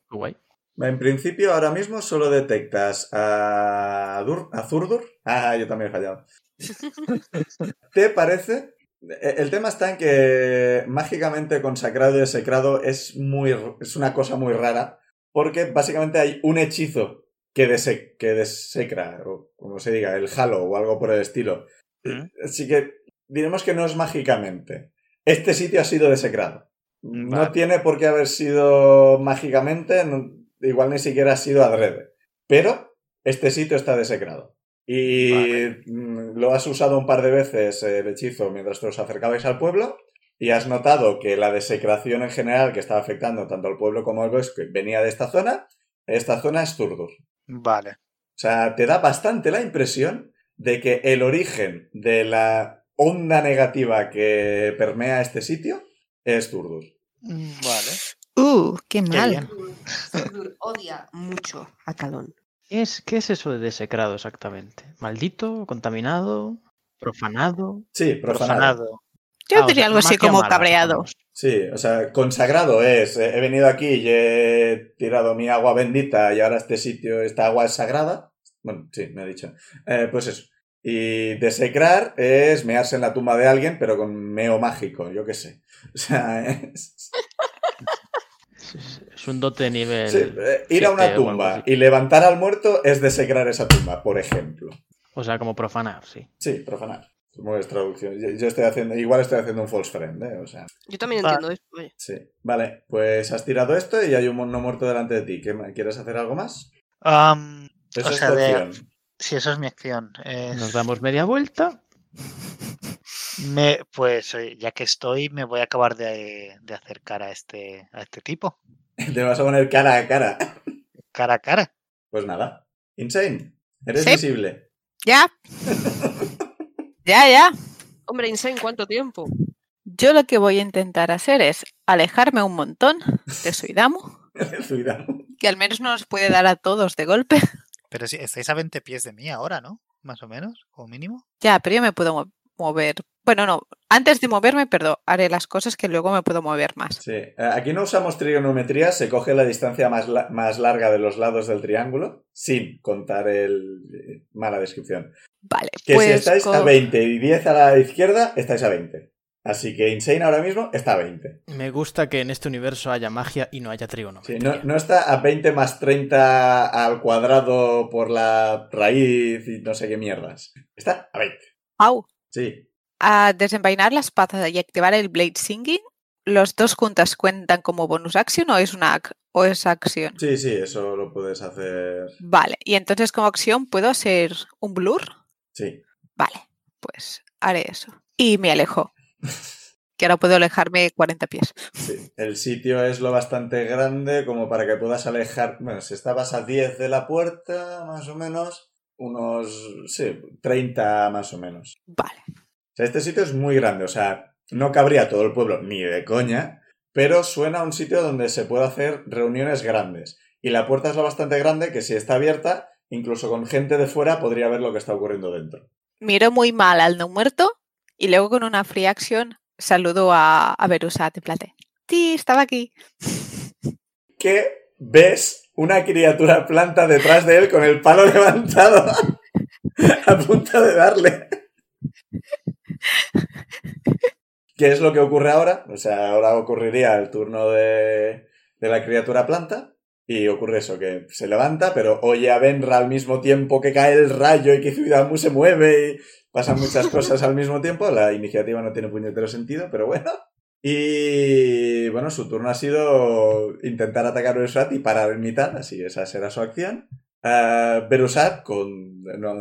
Speaker 2: Guay.
Speaker 1: En principio, ahora mismo solo detectas a, Dur- a Zurdur. Ah, yo también he fallado. ¿Te parece? E- El tema está en que mágicamente consagrado y desecrado es, muy, r- es una cosa muy rara, porque básicamente hay un hechizo que, dese- que desecra, o como se diga, el halo o algo por el estilo.
Speaker 3: ¿Mm?
Speaker 1: Así que diremos que no es mágicamente. Este sitio ha sido desecrado. No
Speaker 3: Vale.
Speaker 1: tiene por qué haber sido mágicamente, no- igual ni siquiera ha sido adrede. Pero este sitio está desecrado. Y
Speaker 3: Vale.
Speaker 1: mm, lo has usado un par de veces eh, el hechizo mientras te os acercabais al pueblo. Y has notado que la desecración en general que estaba afectando tanto al pueblo como al bosque venía de esta zona. Esta zona es Turdur.
Speaker 3: Vale.
Speaker 1: O sea, te da bastante la impresión de que el origen de la onda negativa que permea este sitio es Turdur.
Speaker 3: Mm, Vale.
Speaker 4: Uh, qué
Speaker 3: Qué
Speaker 4: mal.
Speaker 3: bien.
Speaker 5: Surtur odia mucho a Calón.
Speaker 2: ¿Qué es, ¿Qué es eso de desecrado exactamente? ¿Maldito? ¿Contaminado? ¿Profanado?
Speaker 1: Sí, profanado.
Speaker 3: Profanado.
Speaker 4: Yo
Speaker 2: Ah, o
Speaker 4: diría
Speaker 2: sea,
Speaker 4: algo así
Speaker 2: magia
Speaker 4: como
Speaker 2: mala,
Speaker 4: cabreado.
Speaker 2: vamos.
Speaker 1: Sí, o sea, consagrado es. eh, He venido aquí y he tirado mi agua bendita y ahora este sitio, esta agua es sagrada. Bueno, sí, me he dicho. Eh, pues eso. Y desecrar es mearse en la tumba de alguien, pero con meo mágico, yo qué sé. O sea, es...
Speaker 2: Es, es- es un dote de nivel.
Speaker 1: Sí, eh, ir a una
Speaker 2: siete o algo
Speaker 1: tumba
Speaker 2: así.
Speaker 1: y levantar al muerto es desecrar esa tumba, por ejemplo.
Speaker 2: O sea, como profanar, sí.
Speaker 1: Sí, profanar. Como es traducción. Yo, yo estoy haciendo, igual estoy haciendo un false friend, ¿eh? O sea,
Speaker 5: Yo también
Speaker 3: Va.
Speaker 5: entiendo eso. oye.
Speaker 1: sí. Vale, pues has tirado esto y hay un no muerto delante de ti. ¿Qué, ma- ¿Quieres hacer algo más?
Speaker 3: Am,
Speaker 1: Eso
Speaker 3: O
Speaker 1: es
Speaker 3: sea,
Speaker 1: tu
Speaker 3: de-
Speaker 1: acción.
Speaker 3: sí, eso es mi acción. Eh,
Speaker 2: Nos damos media vuelta.
Speaker 3: me- pues eh, ya que estoy, me voy a acabar de, de acercar a este, a este tipo.
Speaker 1: Te vas a poner cara a cara.
Speaker 3: Cara a cara.
Speaker 1: Pues nada. Insane. Eres
Speaker 4: Sí.
Speaker 1: visible.
Speaker 4: Ya. ya, ya.
Speaker 5: Hombre, Insane, ¿cuánto tiempo?
Speaker 4: Yo lo que voy a intentar hacer es alejarme un montón de Suidamu,
Speaker 1: Cuidado.
Speaker 4: que al menos no nos puede dar a todos de golpe.
Speaker 3: Pero sí, estáis a 20 pies de mí ahora, ¿no? Más o menos, como mínimo.
Speaker 4: Ya, pero yo me puedo mo- mover. Bueno, no, antes de moverme, perdón, haré las cosas que luego me puedo mover más.
Speaker 1: Sí. Eh, Aquí no usamos trigonometría, se coge la distancia más, la- más larga de los lados del triángulo, sin contar el eh, mala descripción.
Speaker 4: Vale,
Speaker 1: Que
Speaker 4: pues
Speaker 1: si estáis a
Speaker 4: co-
Speaker 1: 20 y 10 a la izquierda, estáis a 20. Así que Insane ahora mismo está a 20.
Speaker 2: Me gusta que en este universo haya magia y no haya
Speaker 1: Sí,
Speaker 2: trigonometría.
Speaker 1: no, no está a 20 más 30 al cuadrado por la raíz y no sé qué mierdas. Está a 20.
Speaker 4: Au.
Speaker 1: Sí.
Speaker 4: A desenvainar la espada y activar el Blade Singing, ¿los dos juntas cuentan como bonus action o es una ac- o es acción?
Speaker 1: Sí, sí, eso lo puedes hacer.
Speaker 4: Vale, y entonces como acción puedo hacer un blur.
Speaker 1: Sí.
Speaker 4: Vale, pues haré eso. Y me alejo. Que ahora puedo alejarme 40 pies.
Speaker 1: Sí, el sitio es lo bastante grande como para que puedas alejar. Bueno, si estabas a 10 de la puerta, más o menos, unos, sí, 30 más o menos.
Speaker 4: Vale.
Speaker 1: O sea, este sitio es muy grande, o sea, no cabría todo el pueblo, ni de coña, pero suena a un sitio donde se puede hacer reuniones grandes. Y la puerta es lo bastante grande que si está abierta, incluso con gente de fuera podría ver lo que está ocurriendo dentro.
Speaker 4: Miro muy mal al no muerto y luego con una free action saludo a, a Berusa de Plate. Sí, estaba aquí.
Speaker 1: Que ves una criatura planta detrás de él con el palo levantado a punto de darle. ¿Qué es lo que ocurre ahora? O sea, ahora ocurriría el turno de, de la criatura planta y ocurre eso, que se levanta, pero oye a Benra al mismo tiempo que cae el rayo y que Zuidamu se mueve y pasan muchas cosas al mismo tiempo. La iniciativa no tiene puñetero sentido, pero bueno. Y bueno, su turno ha sido intentar atacar a Berusat y parar en mitad, así que esa será su acción. Eh, Berusat, con, no,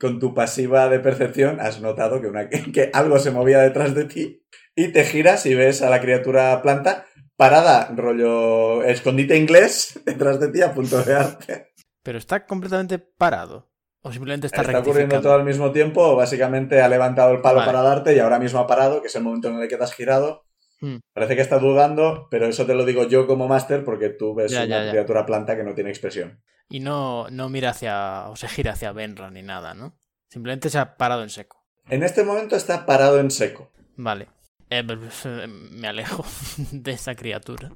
Speaker 1: con tu pasiva de percepción, has notado que, una- que algo se movía detrás de ti y te giras y ves a la criatura planta parada, rollo escondite inglés, detrás de ti a punto de darte.
Speaker 2: Pero está completamente parado. O simplemente está,
Speaker 1: Está ocurriendo
Speaker 2: rectificando.
Speaker 1: todo al mismo tiempo, básicamente ha levantado el palo
Speaker 2: Vale.
Speaker 1: para darte y ahora mismo ha parado, que es el momento en el que te has girado.
Speaker 2: Hmm.
Speaker 1: Parece que está dudando, pero eso te lo digo yo como máster porque tú ves
Speaker 2: Ya,
Speaker 1: una
Speaker 2: ya, ya.
Speaker 1: criatura planta que no tiene expresión.
Speaker 2: Y no, no mira hacia. o se gira hacia Benra ni nada, ¿no? Simplemente se ha parado en seco.
Speaker 1: En este momento está parado en seco.
Speaker 2: Vale. Eh, pues, eh, me alejo de esa criatura.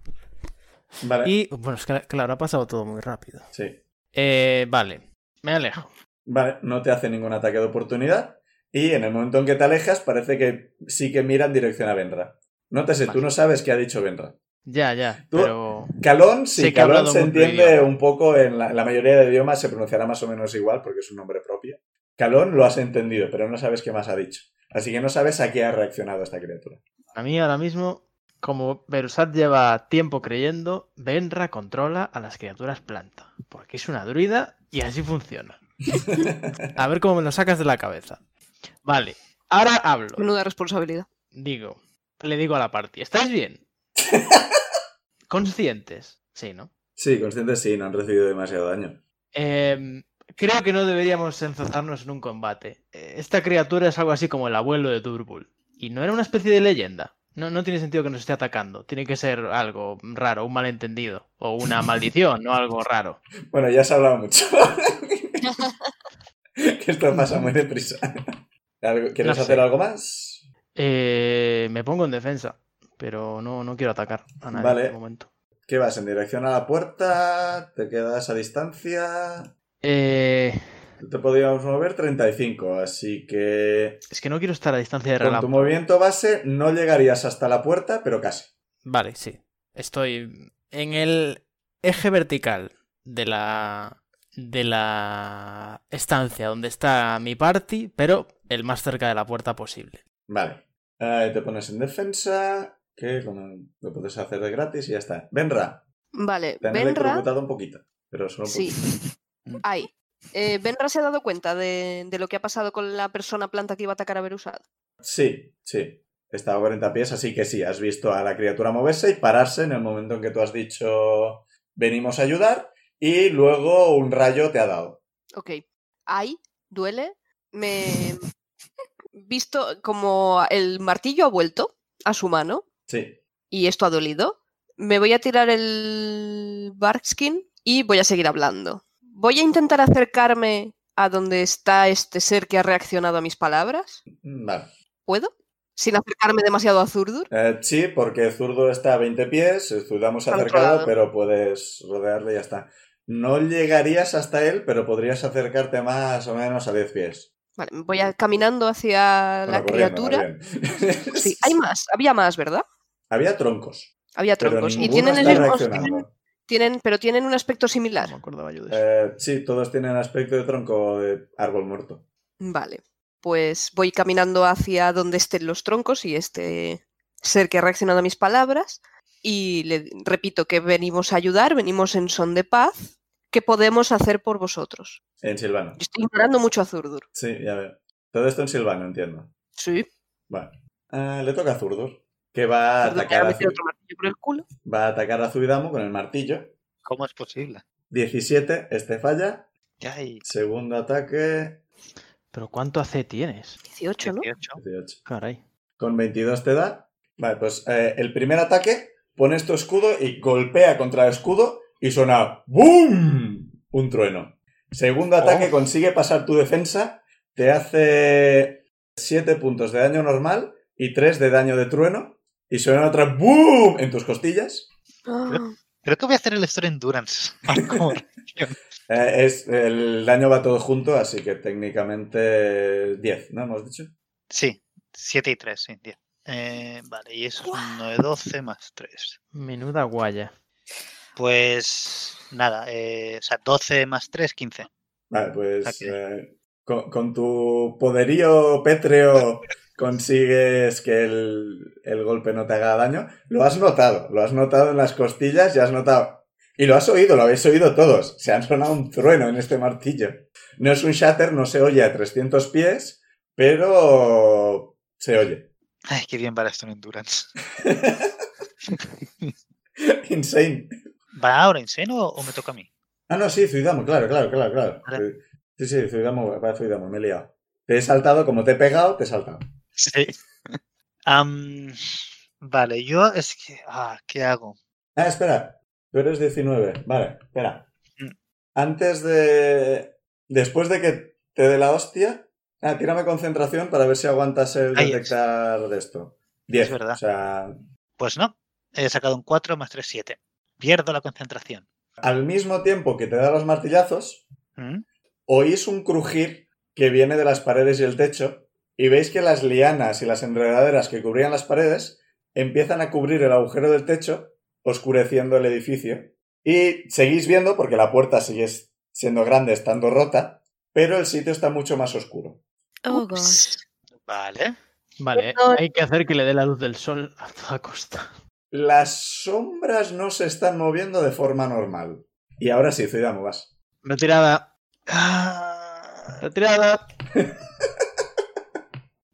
Speaker 1: Vale.
Speaker 2: Y bueno, es que claro, ha pasado todo muy rápido.
Speaker 1: Sí.
Speaker 2: Eh, vale, me alejo.
Speaker 1: Vale, no te hace ningún ataque de oportunidad. Y en el momento en que te alejas, parece que sí que mira en dirección a Benra. Nótese, tú
Speaker 2: Vale.
Speaker 1: no sabes qué ha dicho Benra.
Speaker 2: Ya, ya,
Speaker 1: Tú-
Speaker 2: pero.
Speaker 1: Calón, sí,
Speaker 2: Sé que ha
Speaker 1: Calón
Speaker 2: hablado
Speaker 1: se
Speaker 2: mucho
Speaker 1: entiende
Speaker 2: idioma.
Speaker 1: un poco en la, la mayoría de idiomas, se pronunciará más o menos igual porque es un nombre propio. Calón lo has entendido, pero no sabes qué más ha dicho. Así que no sabes a qué ha reaccionado esta criatura.
Speaker 2: A mí ahora mismo, como Berusat lleva tiempo creyendo, Benra controla a las criaturas planta. Porque es una druida y así funciona. A ver cómo me lo sacas de la cabeza. Vale, ahora hablo.
Speaker 5: Menuda responsabilidad.
Speaker 2: Digo, le digo a la party, ¿estáis bien? ¿Conscientes? Sí, ¿no?
Speaker 1: Sí, conscientes sí, no han recibido demasiado daño.
Speaker 2: Em, creo que no deberíamos enzozarnos en un combate. Eh, Esta criatura es algo así como el abuelo de Turbul. Y no era una especie de leyenda. No, no tiene sentido que nos esté atacando. Tiene que ser algo raro, un malentendido. O una maldición, o algo raro.
Speaker 1: Bueno, ya se ha hablado mucho. que esto pasa muy deprisa. ¿Algo- ¿Quieres
Speaker 2: No sé.
Speaker 1: hacer algo más?
Speaker 2: Eh, me pongo en defensa. Pero no, no quiero atacar a nadie
Speaker 1: Vale.
Speaker 2: de momento.
Speaker 1: ¿Qué vas? ¿En dirección a la puerta? ¿Te quedas a distancia?
Speaker 2: Eh,
Speaker 1: Te podríamos mover 35, así que
Speaker 2: es que no quiero estar a distancia de
Speaker 1: con tu
Speaker 2: relámpago.
Speaker 1: movimiento base no llegarías hasta la puerta, pero casi.
Speaker 2: Vale, sí. Estoy en el eje vertical de la de la estancia donde está mi party, pero el más cerca de la puerta posible.
Speaker 1: Vale. Eh, te pones en defensa, que como lo puedes hacer de gratis y ya está. Benra,
Speaker 5: Vale,
Speaker 1: te han
Speaker 5: Benra.
Speaker 1: electrocutado un poquito, pero solo un
Speaker 5: Sí.
Speaker 1: poquito.
Speaker 5: Ahí. Eh, Benra se ha dado cuenta de, de lo que ha pasado con la persona planta que iba a atacar a Berusad.
Speaker 1: Sí, sí. Estaba a 40 pies, así que sí, has visto a la criatura moverse y pararse en el momento en que tú has dicho venimos a ayudar y luego un rayo te ha dado.
Speaker 5: Ok. Ay, duele. Me. Visto como el martillo ha vuelto a su mano
Speaker 1: Sí.
Speaker 5: y esto ha dolido, me voy a tirar el Barkskin y voy a seguir hablando. Voy a intentar acercarme a donde está este ser que ha reaccionado a mis palabras.
Speaker 1: Vale.
Speaker 5: ¿Puedo? Sin acercarme demasiado a Zurdur.
Speaker 1: Eh, sí, porque Zurdo está a 20 pies, Zurdo hemos
Speaker 5: Al otro
Speaker 1: acercado,
Speaker 5: lado.
Speaker 1: pero puedes rodearle y ya está. No llegarías hasta él, pero podrías acercarte más o menos a 10 pies.
Speaker 5: Vale, voy a, caminando hacia la
Speaker 1: Bueno, corriendo,
Speaker 5: criatura.
Speaker 1: más bien.
Speaker 5: Sí, hay más, había más, ¿verdad?
Speaker 1: Había troncos.
Speaker 5: Había
Speaker 1: pero
Speaker 5: troncos. Y
Speaker 1: ninguno
Speaker 5: tienen el
Speaker 1: está
Speaker 5: mismo.
Speaker 1: reaccionando.
Speaker 5: Tienen, pero tienen un aspecto
Speaker 2: No
Speaker 5: similar.
Speaker 2: me acordaba yo de eso.
Speaker 1: Eh, sí, todos tienen aspecto de tronco de árbol muerto.
Speaker 5: Vale. Pues voy caminando hacia donde estén los troncos y este ser que ha reaccionado a mis palabras. Y le repito que venimos a ayudar, venimos en son de paz. ¿Qué podemos hacer por vosotros?
Speaker 1: En Silvano.
Speaker 5: Yo estoy ignorando mucho a Zurdur.
Speaker 1: Sí, ya veo. Todo esto en Silvano, entiendo.
Speaker 5: Sí.
Speaker 1: Vale. Ah, le toca a Zurdur, que va a
Speaker 5: Zurdur me
Speaker 1: atacar
Speaker 5: ha
Speaker 1: a,
Speaker 5: metido
Speaker 1: Zu-
Speaker 5: otro martillo por el culo.
Speaker 1: va a atacar a Zuidamu con el martillo.
Speaker 3: ¿Cómo es posible?
Speaker 1: 17, este falla.
Speaker 3: Ay,
Speaker 1: Segundo ataque,
Speaker 2: Pero ¿cuánto AC tienes?
Speaker 5: 18, ¿no?
Speaker 3: 18.
Speaker 1: 18.
Speaker 2: Caray.
Speaker 1: Con 22 te da. Vale, pues eh, el primer ataque, pones tu escudo y golpea contra el escudo y suena ¡BOOM! Un trueno. Segundo ataque, consigue pasar tu defensa, te hace 7 puntos de daño normal y 3 de daño de trueno y suena otra ¡BOOM! en tus costillas.
Speaker 5: Ah,
Speaker 3: Creo que voy a hacer el Store Endurance. como reacción.
Speaker 1: Eh, es, el daño va todo junto, así que técnicamente 10, ¿no? ¿Hemos dicho?
Speaker 3: sí, 7 y 3, sí, 10. Eh, vale, y eso es un 9, 12 más 3.
Speaker 2: Menuda guaya.
Speaker 3: Pues nada, eh, o sea, 12 más 3, 15.
Speaker 1: Vale, pues
Speaker 3: Ok.
Speaker 1: eh, con, con tu poderío pétreo consigues que el, el golpe no te haga daño. Lo has notado, lo has notado en las costillas y has notado. Y lo has oído, lo habéis oído todos. Se han sonado un trueno en este martillo. No es un shatter, no se oye a 300 pies, pero se oye.
Speaker 3: Ay, qué bien para Stone Endurance.
Speaker 1: Insane.
Speaker 3: ¿Va ahora Insane o, o me toca a mí?
Speaker 1: Ah, no, sí, Zuidamo, claro, claro, claro, claro.
Speaker 3: Vale.
Speaker 1: Sí, sí, Zuidamo, va Zuidamo, me he liado. Te he saltado, como te he pegado, te he saltado.
Speaker 3: Sí. Am, vale, yo es que. Ah, ¿qué hago?
Speaker 1: Ah, espera. Tú eres 19. Vale, espera.
Speaker 3: Mm.
Speaker 1: Antes de. Después de que te dé la hostia. Ah, tírame concentración para ver si aguantas el
Speaker 3: Ahí es.
Speaker 1: detectar de esto. 10.
Speaker 3: Es verdad.
Speaker 1: O sea,
Speaker 3: Pues no. He sacado un 4 más 3, 7. Pierdo la concentración.
Speaker 1: al mismo tiempo que te da los martillazos,
Speaker 3: ¿Mm?
Speaker 1: oís un crujir que viene de las paredes y el techo. Y veis que las lianas y las enredaderas que cubrían las paredes empiezan a cubrir el agujero del techo, oscureciendo el edificio. Y seguís viendo, porque la puerta sigue siendo grande, estando rota, pero el sitio está mucho más oscuro.
Speaker 5: oh, gosh.
Speaker 3: Vale.
Speaker 2: Vale,
Speaker 5: No.
Speaker 2: hay que hacer que le dé la luz del sol a toda costa.
Speaker 1: Las sombras no se están moviendo de forma normal. Y ahora sí, Zuidamo, vas.
Speaker 2: Retirada.
Speaker 3: Ah,
Speaker 2: Retirada.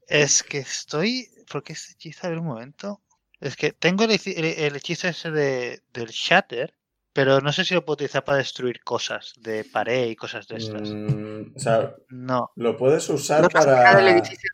Speaker 3: es que estoy. ¿Por qué este hechizo? A ver un momento. Es que tengo el, heci- el- el hechizo ese de, del Shatter, pero no sé si lo puedo utilizar para destruir cosas de pared y cosas de estas.
Speaker 1: Mm, o sea,
Speaker 3: No.
Speaker 1: lo puedes usar
Speaker 5: No,
Speaker 1: para...
Speaker 5: del edificio.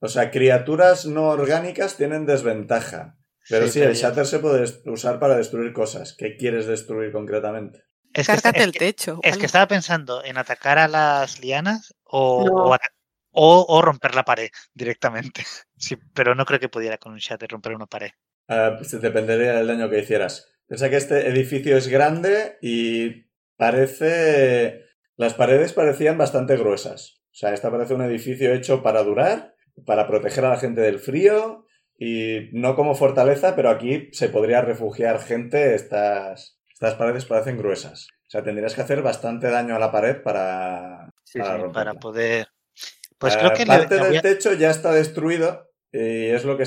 Speaker 1: O sea, criaturas no orgánicas tienen desventaja. Pero sí, el
Speaker 3: ya-
Speaker 1: shatter se puede des- usar para destruir cosas. ¿Qué quieres destruir concretamente?
Speaker 3: Es que-
Speaker 4: Cárgate
Speaker 3: es
Speaker 4: el
Speaker 3: que-
Speaker 4: techo.
Speaker 3: Es que
Speaker 4: Ala.
Speaker 3: estaba pensando en atacar a las lianas o,
Speaker 5: No.
Speaker 3: o ata- o- o romper la pared directamente. Sí, pero no creo que pudiera con un shatter romper una pared.
Speaker 1: Ah, pues dependería del daño que hicieras. Piensa que este edificio es grande y parece... Las paredes parecían bastante gruesas. O sea, esta parece un edificio hecho para durar, para proteger a la gente del frío y no como fortaleza, pero aquí se podría refugiar gente. Estas, estas paredes parecen gruesas. O sea, tendrías que hacer bastante daño a la pared para, para romperla.
Speaker 3: Para poder. Pues
Speaker 1: Ah,
Speaker 3: creo que le-
Speaker 1: parte
Speaker 3: le voy
Speaker 1: del
Speaker 3: a-
Speaker 1: techo ya está destruido y es lo que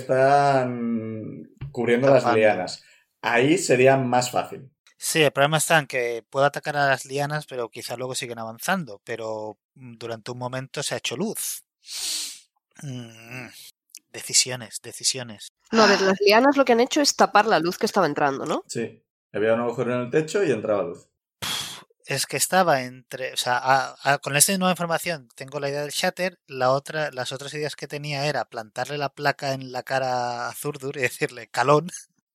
Speaker 1: están cubriendo las
Speaker 3: Tapando.
Speaker 1: lianas. Ahí sería más fácil.
Speaker 3: Sí, el problema está en que puedo atacar a las lianas, pero quizás luego siguen avanzando. Pero mm, durante un momento se ha hecho luz. Mm, Decisiones, decisiones.
Speaker 5: No, desde las lianas lo que han hecho es tapar la luz que estaba entrando, ¿no?
Speaker 1: Sí. Había un agujero en el techo y entraba luz.
Speaker 3: Es que estaba entre, o sea, a- a- con esta nueva información tengo la idea del shatter, la otra, las otras ideas que tenía era plantarle la placa en la cara a Zurdur y decirle calón,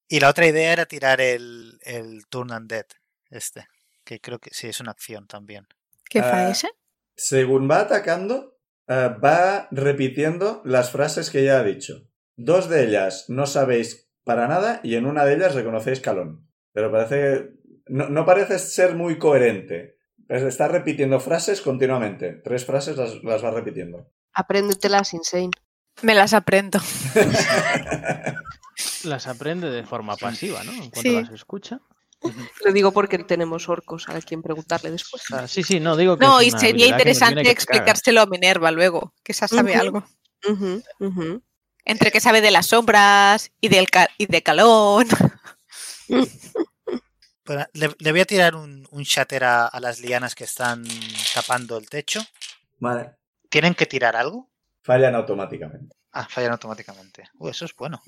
Speaker 3: y la otra idea era tirar el, el Turn Undead, este, que creo que sí es una acción también. eh,
Speaker 6: ¿Qué
Speaker 1: Ah.
Speaker 6: faesa?
Speaker 1: Según va atacando, eh, va repitiendo las frases que ya ha dicho. Dos de ellas no sabéis para nada y en una de ellas reconocéis calón. Pero parece. No, no parece ser muy coherente. Pues Está repitiendo frases continuamente. Tres frases las, las va repitiendo.
Speaker 5: Apréndetelas, insane.
Speaker 4: Me las aprendo.
Speaker 2: Las aprende de forma pasiva, ¿no? En cuanto
Speaker 4: Sí.
Speaker 2: las escucha.
Speaker 5: Lo digo porque tenemos orcos a quien preguntarle después.
Speaker 2: O sea, sí, sí, no, digo que.
Speaker 4: No,
Speaker 2: es
Speaker 4: y
Speaker 2: una
Speaker 4: sería
Speaker 2: habilidad que nos viene
Speaker 4: interesante
Speaker 2: que cagas.
Speaker 4: explicárselo a Minerva luego, que esa sabe
Speaker 5: Ujú.
Speaker 4: algo.
Speaker 5: Ujú, ujú.
Speaker 4: Entre que sabe de las sombras y, del ca- y de Calón.
Speaker 3: Pero le, le voy a tirar un, un shatter a, a las lianas que están tapando el techo.
Speaker 1: Vale.
Speaker 3: ¿Tienen que tirar algo?
Speaker 1: Fallan automáticamente.
Speaker 3: Ah, fallan automáticamente. Uh, eso es bueno.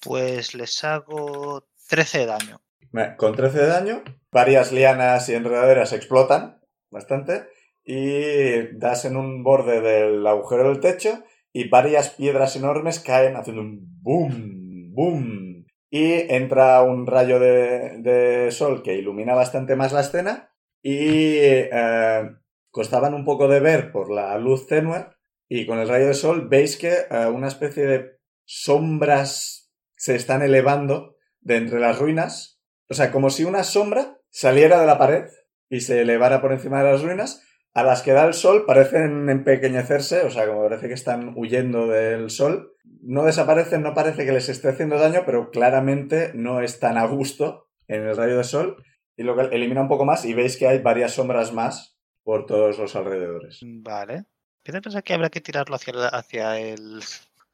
Speaker 3: Pues les hago 13 de daño.
Speaker 1: Vale, Con 13 de daño, varias lianas y enredaderas explotan bastante y das en un borde del agujero del techo y varias piedras enormes caen haciendo un boom, boom. Y entra un rayo de, de sol que ilumina bastante más la escena y eh, costaban un poco de ver por la luz tenue y con el rayo de sol veis que eh, una especie de sombras se están elevando de entre las ruinas o sea, como si una sombra saliera de la pared y se elevara por encima de las ruinas, a las que da el sol parecen empequeñecerse, o sea, como parece que están huyendo del sol. No desaparecen, no parece que les esté haciendo daño, pero claramente no están a gusto en el rayo de sol. Y lo que elimina un poco más y veis que hay varias sombras más por todos los alrededores.
Speaker 3: Vale. Empiezo a pensar que habrá que tirarlo hacia, la- hacia el.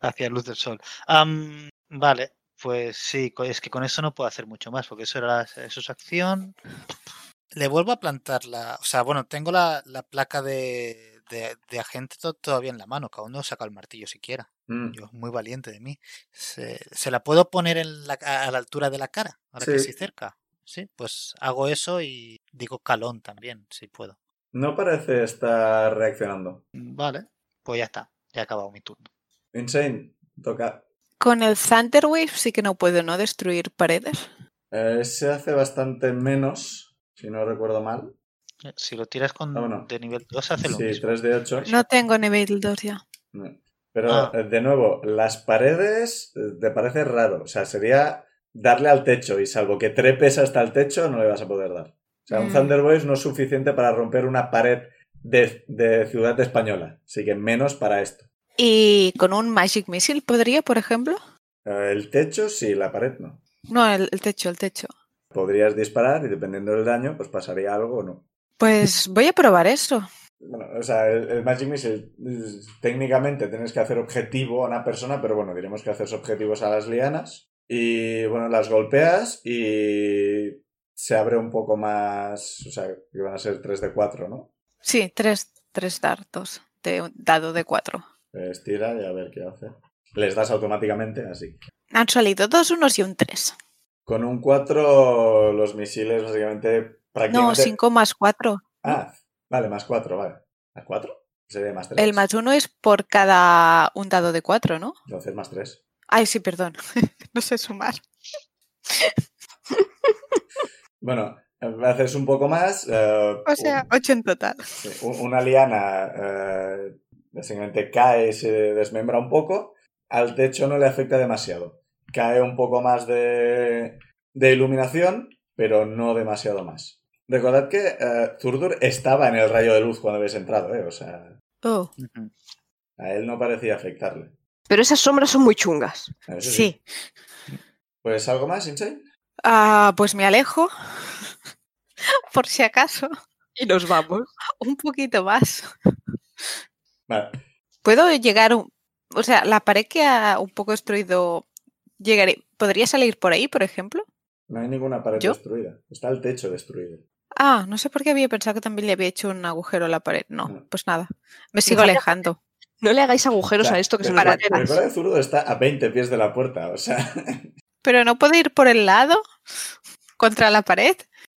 Speaker 3: hacia luz del sol. Am, vale. Pues sí, co- es que con eso no puedo hacer mucho más, porque eso era eso es acción. Le vuelvo a plantar la. O sea, bueno, tengo la, la placa de, de, de agente to- todavía en la mano, que aún no he sacado el martillo siquiera.
Speaker 1: Mm.
Speaker 3: Yo, muy valiente de mí. Se, se la puedo poner en la, a a la altura de la cara, ahora que
Speaker 1: Sí.
Speaker 3: estoy cerca. Sí, pues hago eso y digo calón también, si puedo.
Speaker 1: No parece estar reaccionando.
Speaker 3: Vale, pues ya está. Ya he acabado mi turno.
Speaker 1: Insane, toca.
Speaker 4: Con el Thunderwave sí que no puedo, ¿no? Destruir paredes.
Speaker 1: Eh, se hace bastante menos, si no recuerdo mal.
Speaker 3: Eh, Si lo tiras con
Speaker 1: Ah, bueno.
Speaker 3: de nivel 2 hace lo
Speaker 1: Sí,
Speaker 3: mismo.
Speaker 1: 3 de 8.
Speaker 2: Pues
Speaker 4: No tengo nivel 2 ya.
Speaker 1: No. Pero,
Speaker 3: Ah.
Speaker 1: eh, de nuevo, las paredes eh, te parece raro. O sea, sería darle al techo y salvo que trepes hasta el techo no le vas a poder dar. O sea, un
Speaker 4: Mm.
Speaker 1: Thunderbolt no es suficiente para romper una pared de, de ciudad española. Así que menos para esto.
Speaker 4: ¿Y con un Magic Missile podría, por ejemplo?
Speaker 1: Eh, El techo sí, la pared no.
Speaker 4: No, el, el techo, el techo.
Speaker 1: Podrías disparar y dependiendo del daño, pues pasaría algo o no.
Speaker 4: Pues voy a probar eso.
Speaker 1: Bueno, o sea, el, el Magic Missile eh, técnicamente tienes que hacer objetivo a una persona, pero bueno, diremos que haces objetivos a las lianas. Y bueno, las golpeas y se abre un poco más. O sea, que van a ser 3 de 4, ¿no?
Speaker 4: Sí, tres, tres dardos de un dado de cuatro.
Speaker 1: Pues tira y a ver qué hace. Les das automáticamente, así.
Speaker 4: Han salido dos unos y un tres.
Speaker 1: Con un 4, los misiles básicamente
Speaker 4: No,
Speaker 1: prácticamente.
Speaker 4: 5 más 4.
Speaker 1: Ah, vale, más 4, vale. ¿Más 4? Sería más 3.
Speaker 4: El más 1 es por cada un dado de 4, ¿no?
Speaker 1: Entonces, más 3.
Speaker 4: Ay, sí, perdón. no sé sumar.
Speaker 1: Bueno, eh, haces un poco más. eh,
Speaker 4: O sea,
Speaker 1: un-
Speaker 4: 8 en total.
Speaker 1: Sí, u- Una liana eh, básicamente cae, se desmembra un poco. Al techo no le afecta demasiado. Cae un poco más de, de iluminación, pero no demasiado más. Recordad que eh, Zurdur estaba en el rayo de luz cuando habéis entrado, ¿eh? O sea,
Speaker 4: Oh,
Speaker 3: Ujú.
Speaker 1: a él no parecía afectarle.
Speaker 5: Pero esas sombras son muy chungas.
Speaker 1: Eso
Speaker 4: sí.
Speaker 1: sí. Pues algo más, Insane.
Speaker 4: Ah, pues me alejo. por si acaso.
Speaker 5: Y nos vamos.
Speaker 4: Un poquito más.
Speaker 1: Vale.
Speaker 4: ¿Puedo llegar un... O sea, la pared que ha un poco destruido... Llegaré... ¿Podría salir por ahí, por ejemplo?
Speaker 1: No hay ninguna pared
Speaker 4: ¿Yo?
Speaker 1: destruida. Está el techo destruido.
Speaker 4: Ah, no sé por qué había pensado que también le había hecho un agujero a la pared. No,
Speaker 1: No.
Speaker 4: pues nada. Me sigo alejando.
Speaker 5: No le hagáis agujeros
Speaker 1: sea,
Speaker 5: a esto que se nos
Speaker 1: recuerda-
Speaker 5: va a quedar.
Speaker 1: Recuerda que Zurdo está a 20 pies de la puerta, o sea.
Speaker 4: Pero no puede ir por el lado contra la pared.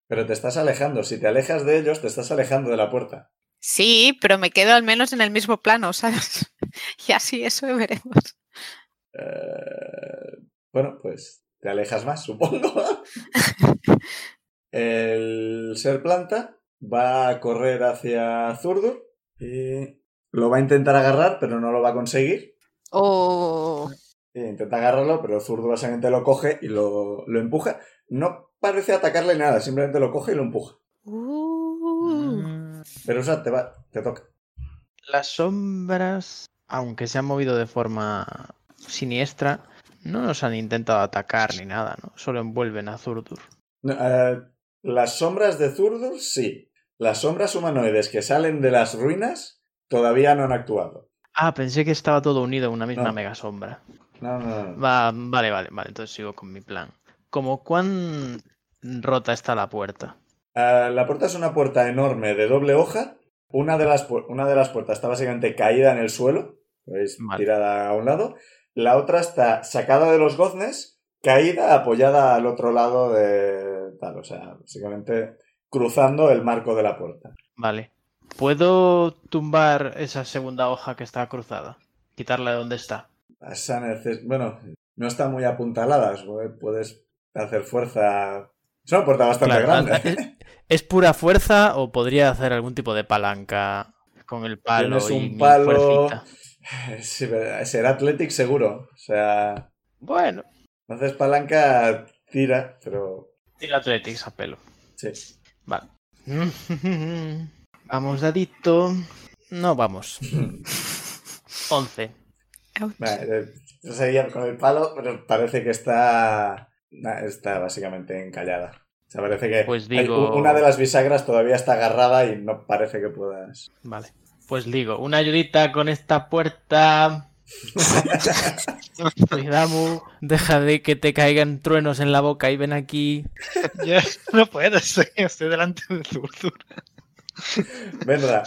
Speaker 1: Pero te estás alejando. Si te alejas de ellos, te estás alejando de la puerta.
Speaker 4: Sí, pero me quedo al menos en el mismo plano, ¿sabes? Y así eso veremos.
Speaker 1: Eh, bueno, pues te alejas más, supongo. El ser planta va a correr hacia Zurdo y lo va a intentar agarrar, pero no lo va a conseguir.
Speaker 4: Oh.
Speaker 5: O
Speaker 1: E intenta agarrarlo, pero Zurdo básicamente lo coge y lo, lo empuja. No parece atacarle nada, simplemente lo coge y lo empuja.
Speaker 5: Uh.
Speaker 2: Mm.
Speaker 1: Pero, o sea, te, va, te toca.
Speaker 2: Las sombras, aunque se han movido de forma siniestra, no nos han intentado atacar ni nada, ¿no? Solo envuelven a Zurdur.
Speaker 1: No, eh, las sombras de Zurdur, sí. Las sombras humanoides que salen de las ruinas todavía no han actuado.
Speaker 2: Ah, pensé que estaba todo unido en una misma
Speaker 1: No.
Speaker 2: mega sombra.
Speaker 1: No, no, no.
Speaker 2: Va, vale, vale, vale, entonces sigo con mi plan. Como cuán rota está la puerta.
Speaker 1: Eh, la puerta es una puerta enorme de doble hoja. Una de las, pu- una de las puertas está básicamente caída en el suelo, ¿veis?
Speaker 2: Vale.
Speaker 1: tirada a un lado. La otra está sacada de los goznes, caída, apoyada al otro lado de tal. O sea, básicamente cruzando el marco de la puerta.
Speaker 2: Vale. ¿Puedo tumbar esa segunda hoja que está cruzada? Quitarla de donde está.
Speaker 1: Vas a neces- Bueno, no está muy apuntalada, su- puedes hacer fuerza. Es una puerta bastante
Speaker 2: Claro, ah,
Speaker 1: grande.
Speaker 2: ¿Es, es pura fuerza o podría hacer algún tipo de palanca con el palo
Speaker 1: Tienes
Speaker 2: y
Speaker 1: un
Speaker 2: mi
Speaker 1: palo.
Speaker 2: fuercita?
Speaker 1: Sí, pero Será Athletic seguro. O sea,
Speaker 2: Bueno,
Speaker 1: no haces palanca, tira, pero.
Speaker 2: tiro Athletics a pelo.
Speaker 1: Sí.
Speaker 2: Vale. Vamos, dadito. No, vamos. 11.
Speaker 1: Vale, eh, yo seguía con el palo, pero parece que está. nah, Está básicamente encallada. O sea, parece que
Speaker 2: Pues
Speaker 1: hay
Speaker 2: digo-
Speaker 1: u- una de las bisagras todavía está agarrada y no parece que puedas.
Speaker 2: Vale. Pues digo, una ayudita con esta puerta. Cuidado, deja de que te caigan truenos en la boca y ven aquí.
Speaker 3: Yo no puedo, estoy, estoy delante de Zurdur.
Speaker 1: Vendrá.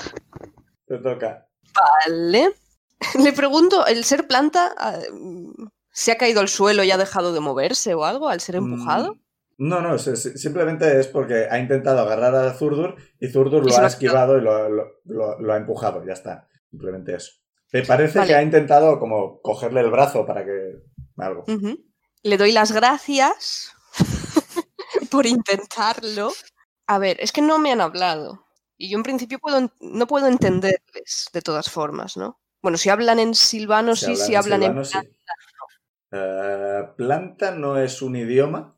Speaker 1: Te toca.
Speaker 5: Vale. Le pregunto, ¿el ser planta ah, mm, se ha caído al suelo y ha dejado de moverse o algo al ser empujado?
Speaker 1: Mm, No, no, se- se- simplemente es porque ha intentado agarrar a Zurdur y Zurdur
Speaker 5: Y
Speaker 1: lo
Speaker 5: se
Speaker 1: ha
Speaker 5: lo ha
Speaker 1: esquivado y lo, lo- lo- lo ha empujado, ya está. Simplemente eso. Me parece
Speaker 5: Vale.
Speaker 1: que ha intentado como cogerle el brazo para que... algo.
Speaker 5: Ujú. Le doy las gracias por intentarlo. A ver, es que no me han hablado. Y yo en principio puedo en- no puedo entenderles de todas formas, ¿no? Bueno, si hablan en silvano, sí, si hablan en...
Speaker 1: silvano, sí. Eh, planta no es un idioma.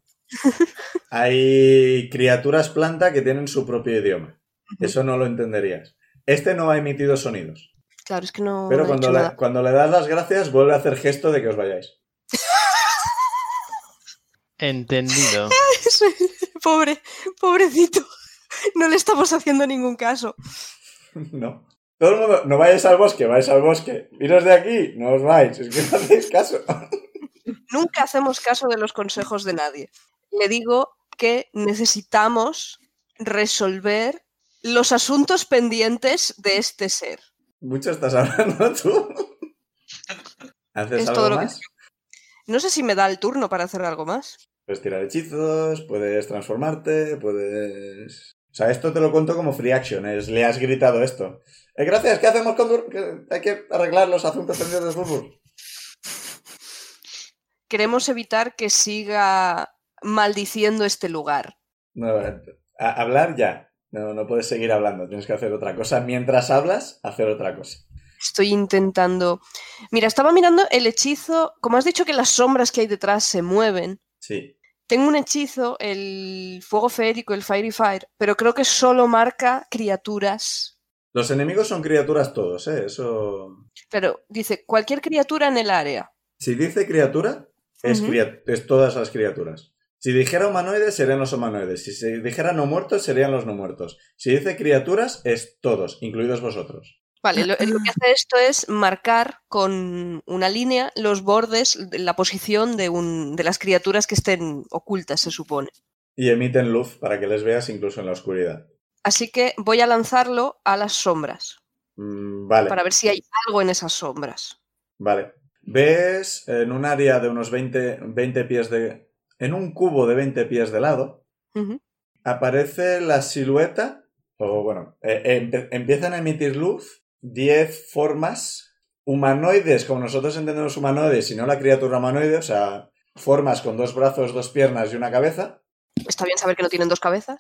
Speaker 1: Hay criaturas planta que tienen su propio idioma.
Speaker 5: Ujú.
Speaker 1: Eso no lo entenderías. Este no ha emitido sonidos.
Speaker 5: Claro, es que no... no
Speaker 1: Pero
Speaker 5: ha
Speaker 1: cuando
Speaker 5: dicho
Speaker 1: le,
Speaker 5: nada.
Speaker 1: cuando le das las gracias, vuelve a hacer gesto de que os vayáis.
Speaker 2: Entendido.
Speaker 5: Pobre, pobrecito. No le estamos haciendo ningún caso.
Speaker 1: No. Todo el mundo, no vayáis al bosque, vais al bosque. Iros de aquí, no os vais. Es que no hacéis caso.
Speaker 5: Nunca hacemos caso de los consejos de nadie. Le digo que necesitamos resolver los asuntos pendientes de este ser.
Speaker 1: Mucho estás hablando tú. ¿Haces
Speaker 5: Es
Speaker 1: algo
Speaker 5: todo lo que
Speaker 1: más?
Speaker 5: No sé si me da el turno para hacer algo más.
Speaker 1: Puedes tirar hechizos, puedes transformarte, puedes... O sea, esto te lo cuento como free action, es le has gritado esto. Eh, gracias, ¿qué hacemos con Dur- que Hay que arreglar los asuntos pendientes de Durbur.
Speaker 5: Queremos evitar que siga maldiciendo este lugar.
Speaker 1: No, eh, a- hablar ya. No, no puedes seguir hablando, tienes que hacer otra cosa. Mientras hablas, hacer otra cosa.
Speaker 5: Estoy intentando... Mira, estaba mirando el hechizo. Como has dicho que las sombras que hay detrás se mueven,
Speaker 1: Sí.
Speaker 5: Tengo un hechizo, el fuego feérico, el Fiery Fire, pero creo que solo marca criaturas.
Speaker 1: Los enemigos son criaturas todos, ¿eh? Eso...
Speaker 5: Pero dice cualquier criatura en el área.
Speaker 1: Si dice criatura, es,
Speaker 5: Ujú.
Speaker 1: cria- es todas las criaturas. Si dijera humanoides, serían los humanoides. Si se dijera no muertos, serían los no muertos. Si dice criaturas, es todos, incluidos vosotros.
Speaker 5: Vale, lo, lo que hace esto es marcar con una línea los bordes, la posición de, un, de las criaturas que estén ocultas, se supone.
Speaker 1: Y emiten luz para que les veas incluso en la oscuridad.
Speaker 5: Así que voy a lanzarlo a las sombras.
Speaker 1: Mm, Vale.
Speaker 5: para ver si hay algo en esas sombras.
Speaker 1: Vale. Ves en un área de unos 20, 20 pies de... En un cubo de 20 pies de lado,
Speaker 5: Ujú.
Speaker 1: aparece la silueta, o bueno, eh, empe- empiezan a emitir luz 10 formas humanoides, como nosotros entendemos humanoides, y no la criatura humanoide, o sea, formas con dos brazos, dos piernas y una cabeza.
Speaker 5: Está bien saber que no tienen dos cabezas.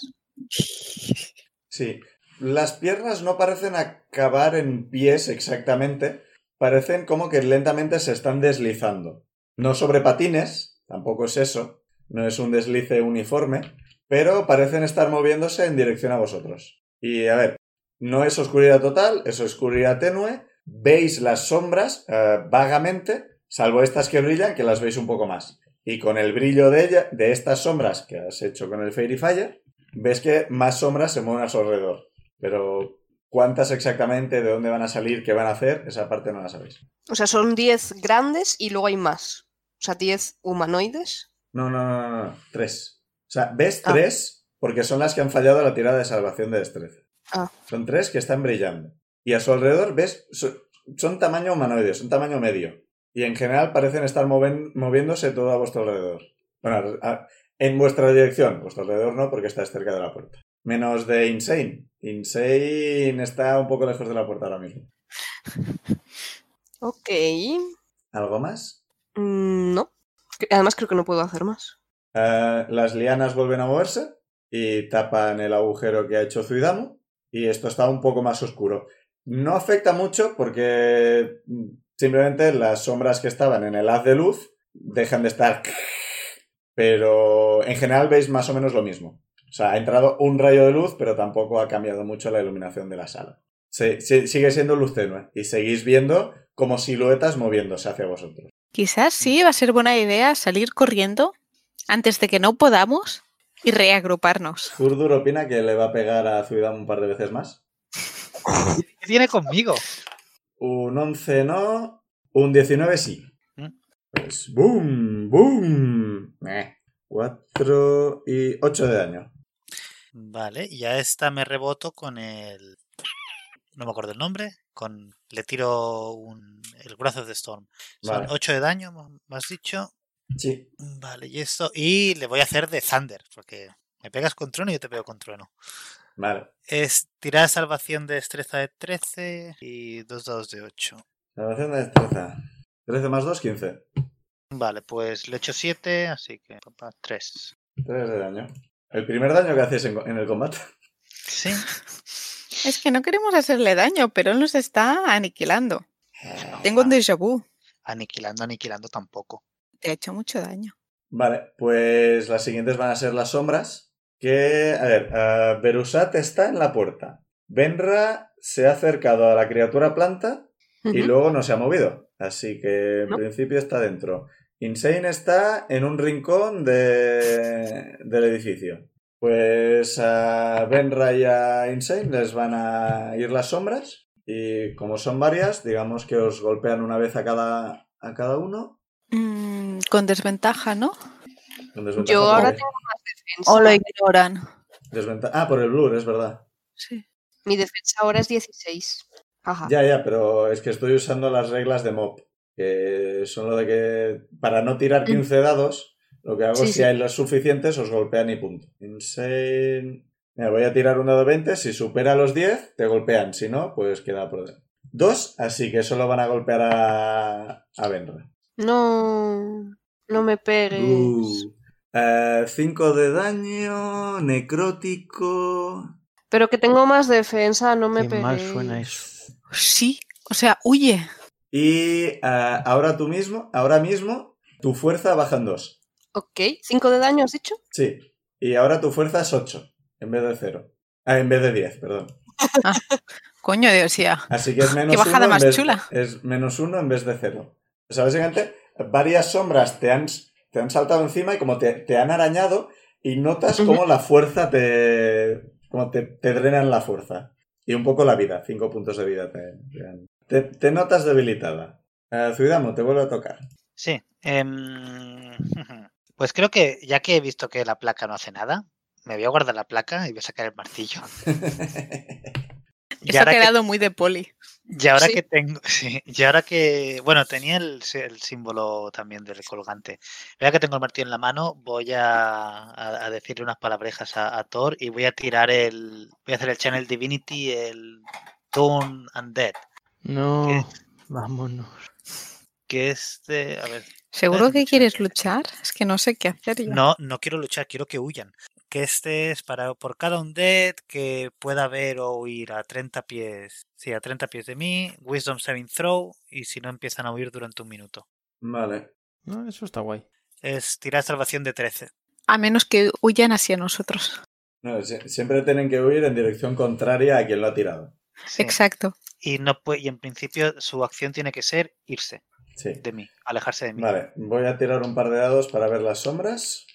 Speaker 1: Sí. Las piernas no parecen acabar en pies exactamente. Parecen como que lentamente se están deslizando. No sobre patines, tampoco es eso. No es un deslice uniforme. Pero parecen estar moviéndose en dirección a vosotros. Y a ver, no es oscuridad total, es oscuridad tenue. Veis las sombras eh, vagamente, salvo estas que brillan, que las veis un poco más. Y con el brillo de, ella, de estas sombras que has hecho con el Fairy Fire, ves que más sombras se mueven a su alrededor. Pero cuántas exactamente, de dónde van a salir, qué van a hacer, esa parte no la sabéis.
Speaker 5: O sea, son 10 grandes y luego hay más. O sea, 10 humanoides.
Speaker 1: No, no, no, no, no. Tres. O sea, ves
Speaker 5: Ah.
Speaker 1: tres porque son las que han fallado la tirada de salvación de destreza.
Speaker 5: Ah.
Speaker 1: Son tres que están brillando. Y a su alrededor ves, so- son tamaño humanoide, son tamaño medio. Y en general parecen estar moven- moviéndose todo a vuestro alrededor. Bueno, a- en vuestra dirección. Vuestro alrededor no, porque estáis cerca de la puerta. Menos de Insane. Insane está un poco lejos de la puerta ahora mismo.
Speaker 5: Ok.
Speaker 1: ¿Algo más?
Speaker 5: Mm, No. Que- Además, creo que no puedo hacer más.
Speaker 1: Eh, las lianas vuelven a moverse y tapan el agujero que ha hecho Zuidamu y esto está un poco más oscuro. No afecta mucho porque mm, simplemente las sombras que estaban en el haz de luz dejan de estar, pero en general veis más o menos lo mismo. O sea, ha entrado un rayo de luz, pero tampoco ha cambiado mucho la iluminación de la sala. Se- se- sigue siendo luz tenue y seguís viendo como siluetas moviéndose hacia vosotros.
Speaker 4: Quizás sí va a ser buena idea salir corriendo antes de que no podamos y reagruparnos.
Speaker 1: Zurdur opina que le va a pegar a Zuidamu un par de veces más.
Speaker 3: ¿Qué tiene conmigo?
Speaker 1: Un 11 no, un 19 sí.
Speaker 3: ¿Mm?
Speaker 1: Pues boom, boom. 4 y 8 de daño.
Speaker 3: Vale, y a esta me reboto con el. No me acuerdo el nombre. Con... Le tiro un... el Wrath of the Storm. Son
Speaker 1: Vale.
Speaker 3: 8 de daño, me- me has dicho.
Speaker 1: Sí.
Speaker 3: Vale, y esto. Y le voy a hacer de Thunder, porque me pegas con trueno y yo te pego con trueno.
Speaker 1: Vale.
Speaker 3: Es tirar salvación de destreza de 13 y dos dados de 8.
Speaker 1: Salvación de destreza. 13 más 2, 15.
Speaker 3: Vale, pues le echo 7, así que 3.
Speaker 1: 3 de daño. El primer daño que haces en, en el combate.
Speaker 3: Sí.
Speaker 4: Es que no queremos hacerle daño, pero él nos está aniquilando. Tengo un
Speaker 3: Ah,
Speaker 4: déjà vu.
Speaker 3: Aniquilando, aniquilando tampoco.
Speaker 4: Te ha hecho mucho daño.
Speaker 1: Vale, pues las siguientes van a ser las sombras. Que, a ver, eh, Berusat está en la puerta. Benra se ha acercado a la criatura planta y
Speaker 5: Ujú.
Speaker 1: luego no se ha movido. Así que en
Speaker 5: No.
Speaker 1: principio está dentro. Insane está en un rincón de- del edificio. Pues a Benra y a Insane les van a ir las sombras. Y como son varias, digamos que os golpean una vez a cada, a cada uno.
Speaker 4: Mm, con desventaja, ¿no?
Speaker 1: Con desventaja
Speaker 5: Yo ahora
Speaker 1: porque-
Speaker 5: tengo más defensa.
Speaker 4: O lo ignoran.
Speaker 1: desventa- Ah, por el blur, es verdad.
Speaker 4: Sí.
Speaker 5: Mi defensa ahora es 16. Ajá.
Speaker 1: Ya, ya, pero es que estoy usando las reglas de mob, que son lo de que para no tirar 15 dados, lo que hago
Speaker 5: Mm. Sí,
Speaker 1: si
Speaker 5: sí.
Speaker 1: hay los suficientes os golpean y punto. Insane. Mira, voy a tirar un dado 20, si supera los 10 te golpean, si no, pues queda por dentro. Dos, así que solo van a golpear a, a Benra.
Speaker 5: No. No me pegues.
Speaker 1: Uh. Eh, Cinco de daño, necrótico.
Speaker 5: Pero que tengo más defensa, no me
Speaker 2: Qué mal suena
Speaker 5: pegues.
Speaker 2: eso.
Speaker 4: Sí. O sea, huye.
Speaker 1: Y eh, ahora tú mismo, ahora mismo, tu fuerza baja en dos.
Speaker 5: Ok, 5 de daño, has dicho.
Speaker 1: Sí. Y ahora tu fuerza es 8 en vez de 0. Ah, en vez de 10, perdón.
Speaker 4: Coño, Dios ya.
Speaker 1: Así que es menos
Speaker 4: bajada
Speaker 1: uno en
Speaker 4: más
Speaker 1: vez-
Speaker 4: chula.
Speaker 1: Es menos 1 en vez de 0. O sea, básicamente, varias sombras te han, te han saltado encima y como te, te han arañado y notas
Speaker 5: Ujú.
Speaker 1: como la fuerza te... como te, te drenan la fuerza. Y un poco la vida, 5 puntos de vida te, te dan. Te, te notas debilitada. Eh, Zuidamo, te vuelvo a tocar.
Speaker 3: Sí. em, pues creo que ya que he visto que la placa no hace nada, me voy a guardar la placa y voy a sacar el martillo. Y
Speaker 4: Eso ha
Speaker 3: ahora, que,
Speaker 4: quedado muy de poli.
Speaker 3: y ahora
Speaker 6: sí.
Speaker 3: que tengo. sí, y ahora que. Bueno, tenía el, sí- el símbolo también del colgante. Ahora que tengo el martillo en la mano, voy a, a- a decirle unas palabrejas a, a Thor y voy a tirar el. Voy a hacer el Channel Divinity, el Dawn Undead.
Speaker 2: No,
Speaker 3: ¿Qué?
Speaker 2: vámonos.
Speaker 3: Que este. A ver.
Speaker 4: ¿Seguro
Speaker 3: que
Speaker 4: que
Speaker 3: quieres
Speaker 4: quieres luchar? Es que no sé qué hacer yo.
Speaker 3: No, no quiero luchar, quiero que huyan. Que este es para por cada undead que pueda ver o huir a 30 pies. Sí, a 30 pies de mí, Wisdom Saving Throw, y si no empiezan a huir durante un minuto.
Speaker 1: Vale.
Speaker 2: No, eso está guay.
Speaker 3: Es tirar salvación de 13.
Speaker 4: A menos que huyan hacia nosotros.
Speaker 1: No, sie- siempre tienen que huir en dirección contraria a quien lo ha tirado.
Speaker 3: Sí.
Speaker 4: Exacto.
Speaker 3: Y no pue- y en principio su acción tiene que ser irse
Speaker 1: Sí.
Speaker 3: de mí, alejarse de mí.
Speaker 1: Vale, voy a tirar un par de dados para ver las sombras.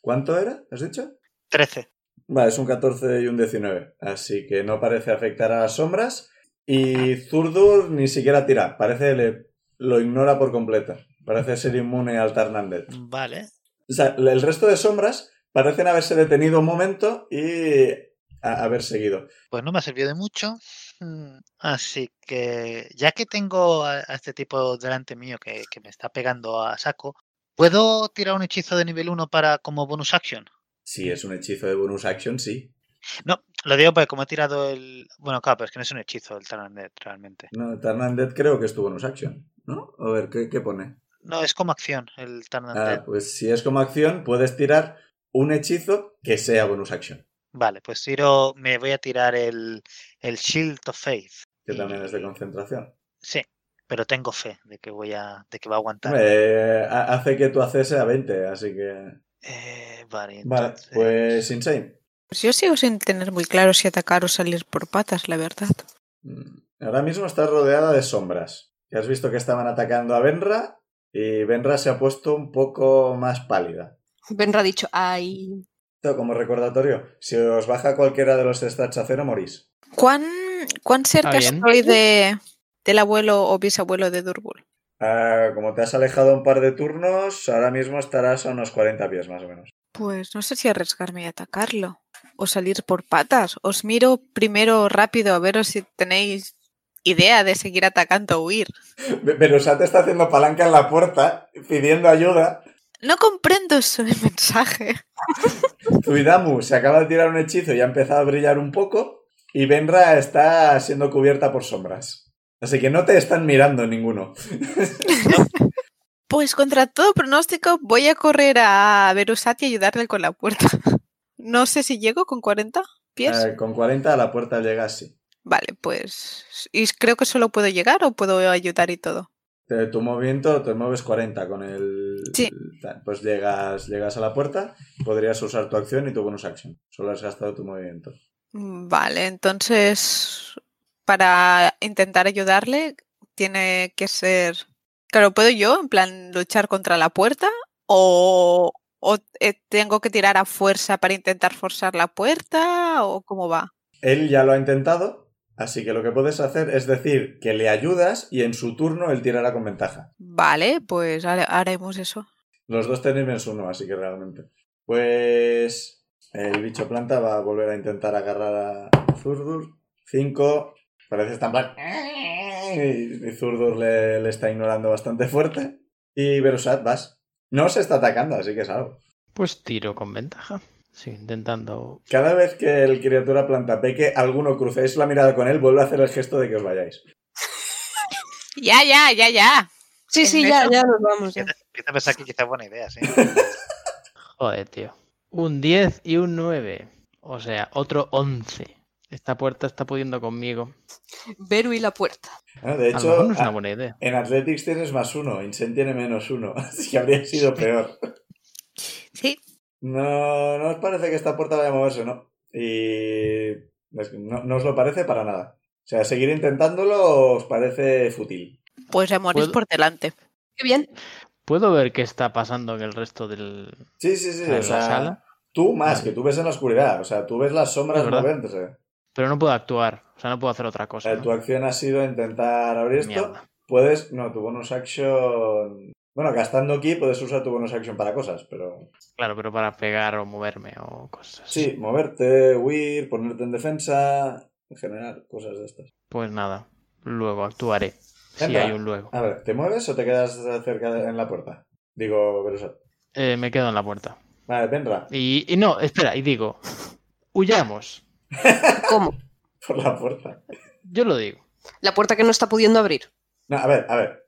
Speaker 1: ¿Cuánto era? ¿Has dicho?
Speaker 3: 13.
Speaker 1: Vale, es un 14 y un 19. Así que no parece afectar a las sombras. Y Zurdur ni siquiera tira. Parece le, lo ignora por completo. Parece ser inmune al Tarnandet.
Speaker 3: Vale.
Speaker 1: O sea, el resto de sombras parecen haberse detenido un momento y a- haber seguido.
Speaker 3: Pues no me ha servido de mucho. Mm, Así que ya que tengo a, a este tipo delante mío que, que me está pegando a saco, ¿puedo tirar un hechizo de nivel 1 para como bonus action?
Speaker 1: Si es un hechizo de bonus action, sí.
Speaker 3: No, lo digo porque como he tirado el... Bueno, claro, pero es que no es un hechizo el Tarandet realmente.
Speaker 1: No, Tarnandet creo que es tu bonus action, ¿no? A ver, ¿qué, qué pone?
Speaker 3: No, es como acción el Tarandet.
Speaker 1: Ah, pues si es como acción, puedes tirar un hechizo que sea bonus action,
Speaker 3: Vale, pues tiro... Me voy a tirar el, el Shield of Faith.
Speaker 1: que también es de concentración.
Speaker 3: Sí, pero tengo fe de que voy a... de que va a aguantar.
Speaker 1: Hombre, eh, ha- hace que tu AC sea 20, así que...
Speaker 3: Eh, vale,
Speaker 1: Vale,
Speaker 3: entonces-
Speaker 1: pues insane.
Speaker 4: Pues yo sigo sin tener muy claro si atacar o salir por patas, la verdad.
Speaker 1: Mm, Ahora mismo estás rodeada de sombras. Ya has visto que estaban atacando a Benra y Benra se ha puesto un poco más pálida.
Speaker 5: Benra ha dicho, ay,
Speaker 1: Esto como recordatorio, si os baja cualquiera de los stats a cero, morís.
Speaker 4: ¿Cuán, cuán cerca
Speaker 2: bien.
Speaker 4: estoy de, del abuelo o bisabuelo de Durbul?
Speaker 1: Ah, como te has alejado un par de turnos, ahora mismo estarás a unos 40 pies más o menos.
Speaker 4: Pues no sé si arriesgarme y atacarlo. O salir por patas. Os miro primero rápido a ver si tenéis idea de seguir atacando o huir.
Speaker 1: Pero te está haciendo palanca en la puerta, pidiendo ayuda.
Speaker 4: No comprendo ese mensaje.
Speaker 1: Zuidamu se acaba de tirar un hechizo y ha empezado a brillar un poco. Y Benra está siendo cubierta por sombras. Así que no te están mirando ninguno.
Speaker 4: Pues contra todo pronóstico voy a correr a Verusat y ayudarle con la puerta. No sé si llego con 40 pies.
Speaker 1: Eh, con 40 a la puerta llega así.
Speaker 4: Vale, pues... Y creo que solo puedo llegar o puedo ayudar y todo.
Speaker 1: Te- tu movimiento, te mueves 40 con el...
Speaker 4: Sí.
Speaker 1: ta- Pues llegas, llegas a la puerta, podrías usar tu acción y tu bonus action. Solo has gastado tu movimiento.
Speaker 4: Mm, Vale, entonces... Para intentar ayudarle tiene que ser... Claro, ¿puedo yo en plan luchar contra la puerta? ¿O, o, eh, tengo que tirar a fuerza para intentar forzar la puerta? ¿O cómo va?
Speaker 1: Él ya lo ha intentado, así que lo que puedes hacer es decir que le ayudas y en su turno él tirará con ventaja.
Speaker 4: Vale, pues ha- haremos eso.
Speaker 1: Los dos tenéis menos uno, así que realmente. Pues... El bicho planta va a volver a intentar agarrar a Zurdur. 5. Parece estar en plan... Y y Zurdur le, le está ignorando bastante fuerte. Y Verusat, vas. No se está atacando, así que es algo.
Speaker 2: Pues tiro con ventaja. Sí, intentando.
Speaker 1: Cada vez que el criatura planta peque, alguno crucéis la mirada con él, vuelve a hacer el gesto de que os vayáis.
Speaker 4: Ya, ya, ya, ya.
Speaker 5: sí,
Speaker 4: ¿En
Speaker 5: sí, ya,
Speaker 4: serio?
Speaker 5: ya nos vamos. ya".
Speaker 3: Empieza empieza a pensar que quizás es buena idea, sí.
Speaker 2: Joder, tío. Un 10 y un 9. O sea, otro 11. Esta puerta está pudiendo conmigo.
Speaker 5: Beru y la puerta.
Speaker 1: Ah, De
Speaker 2: A lo mejor
Speaker 1: hecho,
Speaker 2: no es
Speaker 1: a-
Speaker 2: una buena idea.
Speaker 1: en Athletics tienes más uno, Insane tiene menos uno, así que habría sido peor.
Speaker 4: Sí.
Speaker 1: No, no os parece que esta puerta vaya a moverse, ¿no? Y es que no, no os lo parece para nada. O sea, seguir intentándolo os parece fútil.
Speaker 4: Pues a morir
Speaker 2: ¿Puedo?
Speaker 4: por delante.
Speaker 5: Qué bien.
Speaker 2: Puedo ver qué está pasando en el resto del.
Speaker 1: Sí, sí, sí.
Speaker 2: en
Speaker 1: O
Speaker 2: la
Speaker 1: sea,
Speaker 2: sala,
Speaker 1: tú más,
Speaker 2: Vale.
Speaker 1: que tú ves en la oscuridad. O sea, tú ves las sombras
Speaker 2: Es verdad.
Speaker 1: moviéndose.
Speaker 2: Pero no puedo actuar. O sea, no puedo hacer otra
Speaker 1: O
Speaker 2: cosa.
Speaker 1: sea,
Speaker 2: ¿no?
Speaker 1: tu acción ha sido intentar abrir esto.
Speaker 2: Mierda.
Speaker 1: Puedes. No, tu bonus action. Bueno, gastando aquí puedes usar tu bonus action para cosas, pero.
Speaker 2: Claro, pero para pegar o moverme o cosas. así.
Speaker 1: Sí, moverte, huir, ponerte en defensa. en general, cosas de estas.
Speaker 2: Pues nada, luego actuaré. Si
Speaker 1: Entra.
Speaker 2: hay un luego.
Speaker 1: A ver, ¿te mueves o te quedas cerca de- en la puerta? Digo, Verusat.
Speaker 2: Eh, me quedo en la puerta.
Speaker 1: Vale, Benra,
Speaker 2: Y, y no, espera, y digo, huyamos.
Speaker 5: ¿Cómo?
Speaker 1: por la puerta.
Speaker 2: Yo lo digo.
Speaker 5: La puerta que no está pudiendo abrir.
Speaker 1: No, a ver, a ver.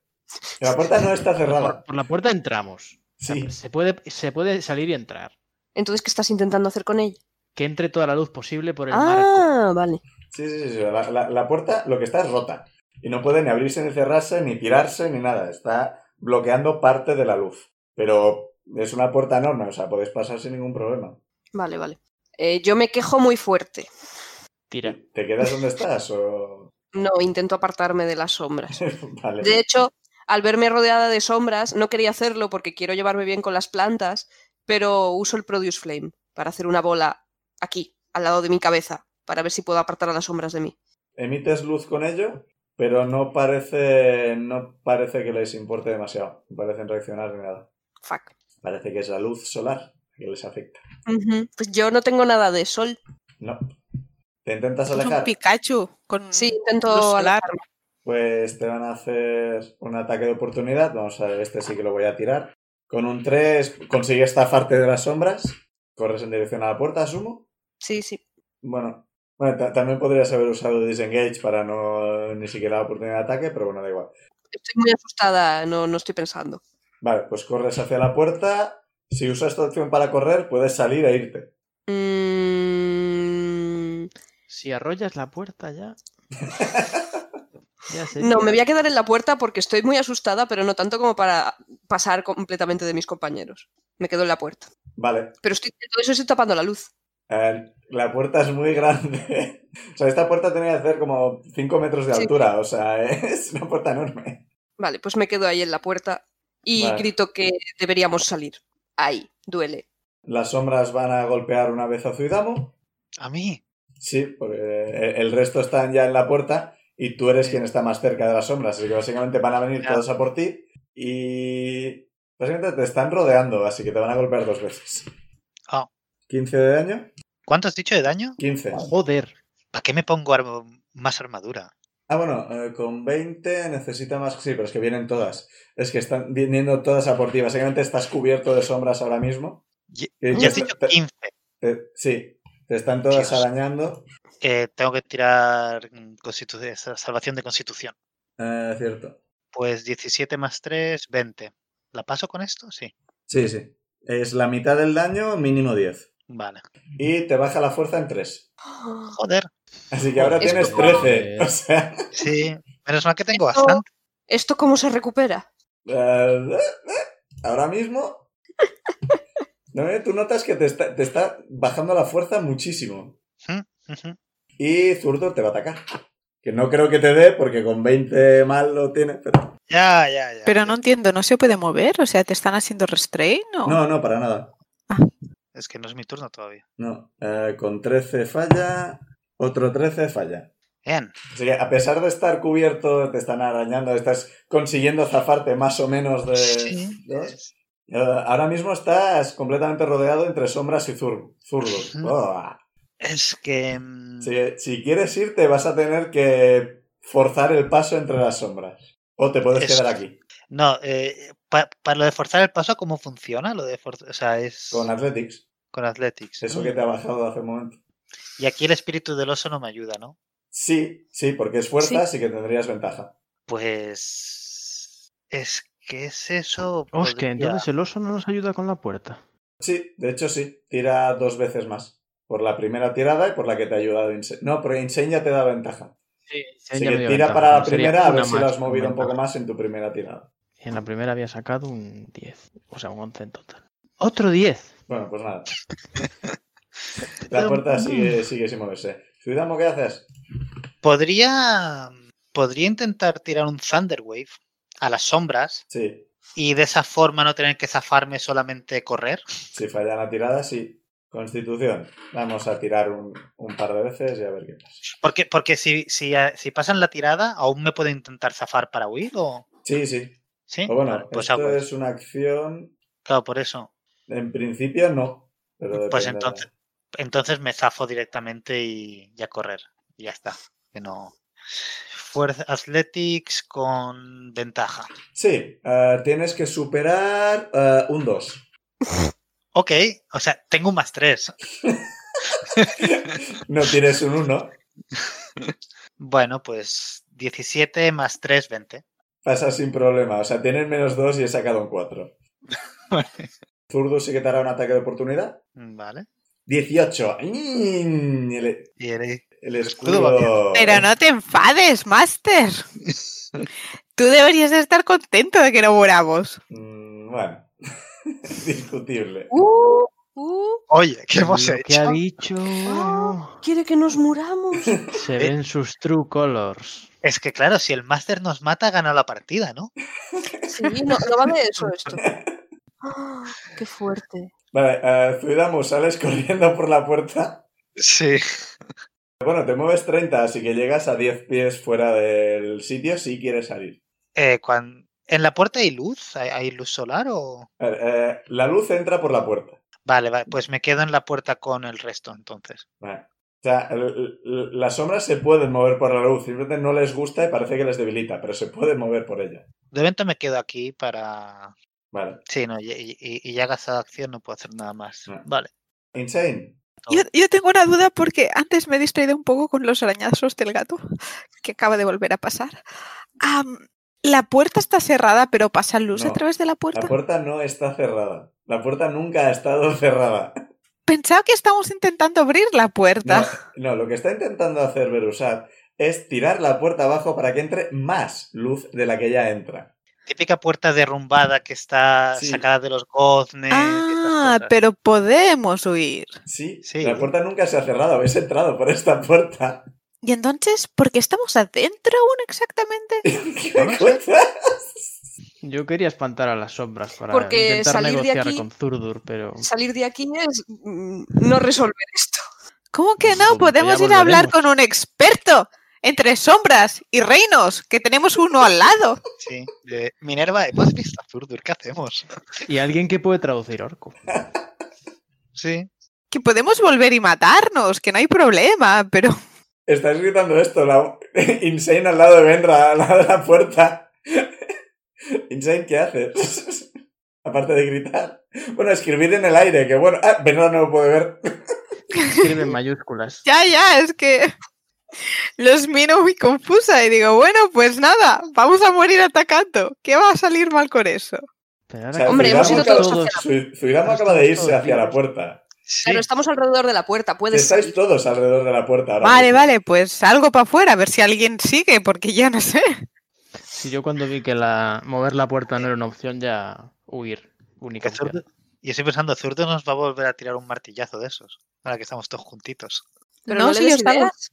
Speaker 1: La puerta no está
Speaker 2: Por,
Speaker 1: cerrada.
Speaker 2: por la puerta entramos. O sea,
Speaker 1: Sí.
Speaker 2: Se, puede, se puede salir y entrar.
Speaker 5: Entonces, ¿qué estás intentando hacer con ella?
Speaker 2: Que entre toda la luz posible por el marco.
Speaker 5: Ah, vale.
Speaker 1: Sí, sí, sí. sí. La, la- la puerta lo que está es rota. Y no puede ni abrirse, ni cerrarse, ni tirarse, ni nada. Está bloqueando parte de la luz. Pero es una puerta enorme, o sea, podéis pasar sin ningún problema.
Speaker 5: Vale, vale. Eh, yo me quejo muy fuerte.
Speaker 2: Tira.
Speaker 1: ¿Te quedas donde estás o...?
Speaker 5: No, intento apartarme de las sombras.
Speaker 1: vale.
Speaker 5: De hecho, al verme rodeada de sombras, no quería hacerlo porque quiero llevarme bien con las plantas, pero uso el Produce Flame para hacer una bola aquí, al lado de mi cabeza, para ver si puedo apartar a las sombras de mí.
Speaker 1: Emites luz con ello, pero no parece, no parece que les importe demasiado. No parecen reaccionar ni nada.
Speaker 5: Fuck.
Speaker 1: Parece que es la luz solar que les afecta.
Speaker 5: Ujú. Pues yo no tengo nada de sol.
Speaker 1: No. ¿Te intentas
Speaker 4: Es un
Speaker 1: alejar?
Speaker 4: Pikachu con
Speaker 5: Sí,
Speaker 4: luz
Speaker 5: intento
Speaker 4: solar.
Speaker 5: alejarme.
Speaker 1: Pues te van a hacer un ataque de oportunidad. Vamos a ver, este sí que lo voy a tirar. Con un 3 consigues zafarte de las sombras. Corres en dirección a la puerta, asumo.
Speaker 5: Sí, sí.
Speaker 1: Bueno, bueno ta- también podrías haber usado Disengage para no ni siquiera la oportunidad de ataque, pero bueno, da igual.
Speaker 5: Estoy muy asustada, no, no estoy pensando.
Speaker 1: Vale, pues corres hacia la puerta. Si usas tu acción para correr, puedes salir e irte.
Speaker 5: Mm,
Speaker 2: Si arrollas la puerta ya. ya sé.
Speaker 5: No, me voy a quedar en la puerta porque estoy muy asustada, pero no tanto como para pasar completamente de mis compañeros. Me quedo en la puerta.
Speaker 1: Vale,
Speaker 5: Pero estoy, todo eso estoy tapando la luz.
Speaker 1: eh, la puerta es muy grande. o sea, esta puerta tenía que hacer como 5 metros de
Speaker 5: Sí.
Speaker 1: altura. O sea, es una puerta enorme.
Speaker 5: Vale, pues me quedo ahí en la puerta y
Speaker 1: Vale.
Speaker 5: grito que deberíamos salir. Ahí, duele.
Speaker 1: Las sombras van a golpear una vez a Zuidamo.
Speaker 3: A mí.
Speaker 1: Sí, porque eh, el resto están ya en la puerta y tú eres quien está más cerca de las sombras. Así que básicamente van a venir
Speaker 3: Ya.
Speaker 1: todos a por ti y. Básicamente te están rodeando, así que te van a golpear dos veces.
Speaker 3: Ah.
Speaker 1: 15 de daño.
Speaker 3: ¿Cuánto has dicho de daño?
Speaker 1: 15.
Speaker 2: Joder.
Speaker 3: ¿Para qué me pongo arm- más armadura?
Speaker 1: Ah, bueno, eh, con 20 necesita más. Sí, pero es que vienen todas. Es que están viniendo todas a por ti. Básicamente estás cubierto de sombras ahora mismo.
Speaker 3: Ya-
Speaker 1: Y
Speaker 3: Ya has
Speaker 1: te-
Speaker 3: dicho
Speaker 1: te-
Speaker 3: 15.
Speaker 1: te- sí, te están todas
Speaker 3: Dios.
Speaker 1: arañando.
Speaker 3: Eh, tengo que tirar mm, constitu- sa- salvación de constitución.
Speaker 1: Eh, cierto.
Speaker 3: Pues 17 más 3, 20. ¿La paso con esto? Sí.
Speaker 1: Sí, sí. Es la mitad del daño, mínimo 10.
Speaker 3: Vale.
Speaker 1: Y te baja la fuerza en 3.
Speaker 3: Joder.
Speaker 1: Así que ahora
Speaker 5: Es
Speaker 1: tienes
Speaker 5: como-
Speaker 1: 13. O sea.
Speaker 3: Sí. Menos mal que tengo
Speaker 5: Esto-
Speaker 3: bastante.
Speaker 5: ¿Esto cómo se recupera?
Speaker 1: eh, eh, eh, ahora mismo. No, eh, tú notas que te está, te está bajando la fuerza muchísimo.
Speaker 3: Ujú, ujú.
Speaker 1: Y Zurdo te va a atacar. Que no creo que te dé, porque con 20 mal lo tiene. Pero...
Speaker 3: Ya, ya, ya.
Speaker 4: Pero no entiendo, ¿no se puede mover? O sea, ¿te están haciendo restrain o...?
Speaker 1: No, no, para nada.
Speaker 3: Es que no es mi turno todavía.
Speaker 1: No. Eh, con 13 falla, otro 13 falla.
Speaker 3: Bien.
Speaker 1: O sea, que a pesar de estar cubierto, te están arañando, estás consiguiendo zafarte más o menos de...
Speaker 3: Sí.
Speaker 1: ¿no? Eh, ahora mismo estás completamente rodeado entre sombras y zur- zurdos.
Speaker 3: Ujú.
Speaker 1: Buah.
Speaker 3: Es que. mm,
Speaker 1: Si, si quieres irte, vas a tener que forzar el paso entre las sombras. O te puedes
Speaker 3: Es-
Speaker 1: quedar aquí,
Speaker 3: No, eh, pa- para lo de forzar el paso, ¿cómo funciona? Lo de forzar. O sea, es.
Speaker 1: con Athletics.
Speaker 3: con Athletics.
Speaker 1: Eso
Speaker 3: Mm.
Speaker 1: que te ha bajado hace un momento.
Speaker 3: Y aquí el espíritu del oso no me ayuda, ¿no?
Speaker 1: Sí, sí, porque es fuerza, así que tendrías ventaja.
Speaker 3: Pues. Es que es eso.
Speaker 2: Hostia,
Speaker 3: podría-
Speaker 2: Oh, entonces el oso no nos ayuda con la puerta.
Speaker 1: Sí, de hecho sí, tira dos veces más. Por la primera tirada y por la que te ha ayudado Insane. No, porque Insane ya te da ventaja.
Speaker 2: Sí,
Speaker 1: Así que tira para la primera a ver si la has movido un poco más en tu primera tirada.
Speaker 2: En la primera había sacado un 10. O sea, un 11 en total. Otro 10.
Speaker 1: Bueno, pues nada. La puerta sigue, sigue sin moverse. Ciudadamo, ¿qué haces?
Speaker 3: Podría. mm, Podría intentar tirar un Thunder Wave a las sombras
Speaker 1: Sí,
Speaker 3: y de esa forma no tener que zafarme solamente correr.
Speaker 1: si falla la tirada, sí. Constitución. Vamos a tirar un, un par de veces y a ver qué pasa.
Speaker 3: Porque, porque si, si, eh, si pasan la tirada, ¿aún me puedo intentar zafar para huir? ¿O
Speaker 1: Sí, sí.
Speaker 3: sí?
Speaker 1: O Ah, bueno,
Speaker 3: Vale, pues
Speaker 1: esto
Speaker 3: hago eso.
Speaker 1: es una acción.
Speaker 3: Claro, por eso.
Speaker 1: En principio no. Pero depende
Speaker 3: Pues
Speaker 1: de-
Speaker 3: entonces, entonces me zafo directamente y, y a correr. Y ya está. Que no. Fuerza Athletics con ventaja.
Speaker 1: Sí, eh, tienes que superar eh, un 2.
Speaker 3: Ok, o sea, tengo un más 3.
Speaker 1: No tienes un 1.
Speaker 3: Bueno, pues 17 más 3, 20.
Speaker 1: Pasas sin problema. O sea, tienes menos 2 y he sacado un 4. Zurdo sí que te hará un ataque de oportunidad.
Speaker 3: Mm, Vale.
Speaker 1: 18. Mm, El,
Speaker 3: Y eres-
Speaker 1: el
Speaker 3: escudo Pues va bien.
Speaker 1: escudo.
Speaker 4: Pero no te enfades, Master. Tú deberías de estar contento de que no moramos.
Speaker 1: Mm, Bueno, discutible.
Speaker 5: Uh, uh,
Speaker 3: Oye, ¿qué hemos
Speaker 2: Lo que ha
Speaker 3: hecho?
Speaker 2: dicho.
Speaker 5: Ah. quiere que nos muramos.
Speaker 2: Se ven sus true colors.
Speaker 3: Es que claro, si el máster nos mata, gana la partida, ¿no?
Speaker 5: Sí, no, no va de eso esto. Ah, qué fuerte.
Speaker 1: Vale, eh, Zuidamu, sales corriendo por la puerta.
Speaker 3: Sí.
Speaker 1: Bueno, te mueves 30, así que llegas a 10 pies fuera del sitio si quieres salir.
Speaker 3: eh, ¿En la puerta hay luz? ¿Hay, hay luz solar o...?
Speaker 1: A ver, eh, la luz entra por la puerta.
Speaker 3: Vale, vale, pues me quedo en la puerta con el resto entonces.
Speaker 1: Vale. O sea, l- l- las sombras se pueden mover por la luz, simplemente no les gusta y parece que les debilita, pero se pueden mover por ella.
Speaker 3: De momento me quedo aquí para...
Speaker 1: Vale.
Speaker 3: Sí, no, y, y- y- y ya gastada acción no puedo hacer nada más.
Speaker 1: Ah.
Speaker 3: Vale.
Speaker 1: Insane.
Speaker 4: Yo, yo tengo una duda porque antes me he distraído un poco con los arañazos del gato que acaba de volver a pasar. Am, la puerta está cerrada, pero pasa luz
Speaker 1: No,
Speaker 4: a través de la puerta.
Speaker 1: La puerta no está cerrada. La puerta nunca ha estado cerrada.
Speaker 4: Pensaba que estábamos intentando abrir la puerta.
Speaker 1: No, no, lo que está intentando hacer Berusat es tirar la puerta abajo para que entre más luz de la que ya entra.
Speaker 3: Típica puerta derrumbada que está
Speaker 1: Sí.
Speaker 3: sacada de los goznes. y estas
Speaker 4: ah,
Speaker 3: cosas.
Speaker 4: pero podemos huir.
Speaker 1: Sí,
Speaker 3: Sí.
Speaker 1: la puerta nunca se ha cerrado, habéis entrado por esta puerta.
Speaker 4: ¿Y entonces por qué estamos adentro aún exactamente?
Speaker 1: ¿Qué
Speaker 2: No lo sé.
Speaker 1: cuentas?
Speaker 2: Yo quería espantar a las sombras para
Speaker 5: Porque
Speaker 2: intentar
Speaker 5: salir de
Speaker 2: negociar
Speaker 5: aquí-
Speaker 2: con Zurdur, pero.
Speaker 5: Salir de aquí es mm, no resolver esto.
Speaker 4: ¿Cómo que
Speaker 2: Pues,
Speaker 4: no?
Speaker 2: pues, ya
Speaker 4: Podemos ir a hablar
Speaker 2: volveremos.
Speaker 4: con un experto entre sombras y reinos, que tenemos uno al lado.
Speaker 3: Sí, de- Minerva, hemos visto a Zurdur, ¿qué hacemos?
Speaker 2: Y alguien que puede traducir orco.
Speaker 3: Sí.
Speaker 4: Que podemos volver y matarnos, que no hay problema, pero
Speaker 1: Estáis gritando esto, la... Insane al lado de Benra, al lado de la puerta. Insane, ¿qué haces? Aparte de gritar. Bueno, escribir en el aire, que bueno. Ah, Benra no lo puede ver.
Speaker 2: Escribe en mayúsculas.
Speaker 4: Ya, ya, es que los miro muy confusa y digo, bueno, pues nada, vamos a morir atacando. ¿Qué va a salir mal con eso?
Speaker 2: Pero ahora
Speaker 1: O sea,
Speaker 2: que
Speaker 5: Hombre, hemos
Speaker 2: estamos
Speaker 5: ido todos hacia
Speaker 2: todos-
Speaker 1: Zui- Zuidamu acaba de irse hacia la puerta.
Speaker 3: sí.
Speaker 5: Claro, estamos alrededor de la puerta. Puedes
Speaker 1: Estáis
Speaker 5: salir.
Speaker 1: todos alrededor de la puerta ahora.
Speaker 4: Vale,
Speaker 1: mismo.
Speaker 4: vale, pues salgo para afuera a ver si alguien sigue, porque ya no sé.
Speaker 2: Si yo cuando vi que la mover la puerta no era una opción, ya huir. Única
Speaker 3: Que
Speaker 2: opción.
Speaker 3: Zurdo- Yo estoy pensando, Zurdo nos va a volver a tirar un martillazo de esos, ahora que estamos todos juntitos.
Speaker 5: Pero no,
Speaker 4: No,
Speaker 5: le
Speaker 4: sí,
Speaker 5: des
Speaker 4: yo estaba-
Speaker 5: ideas.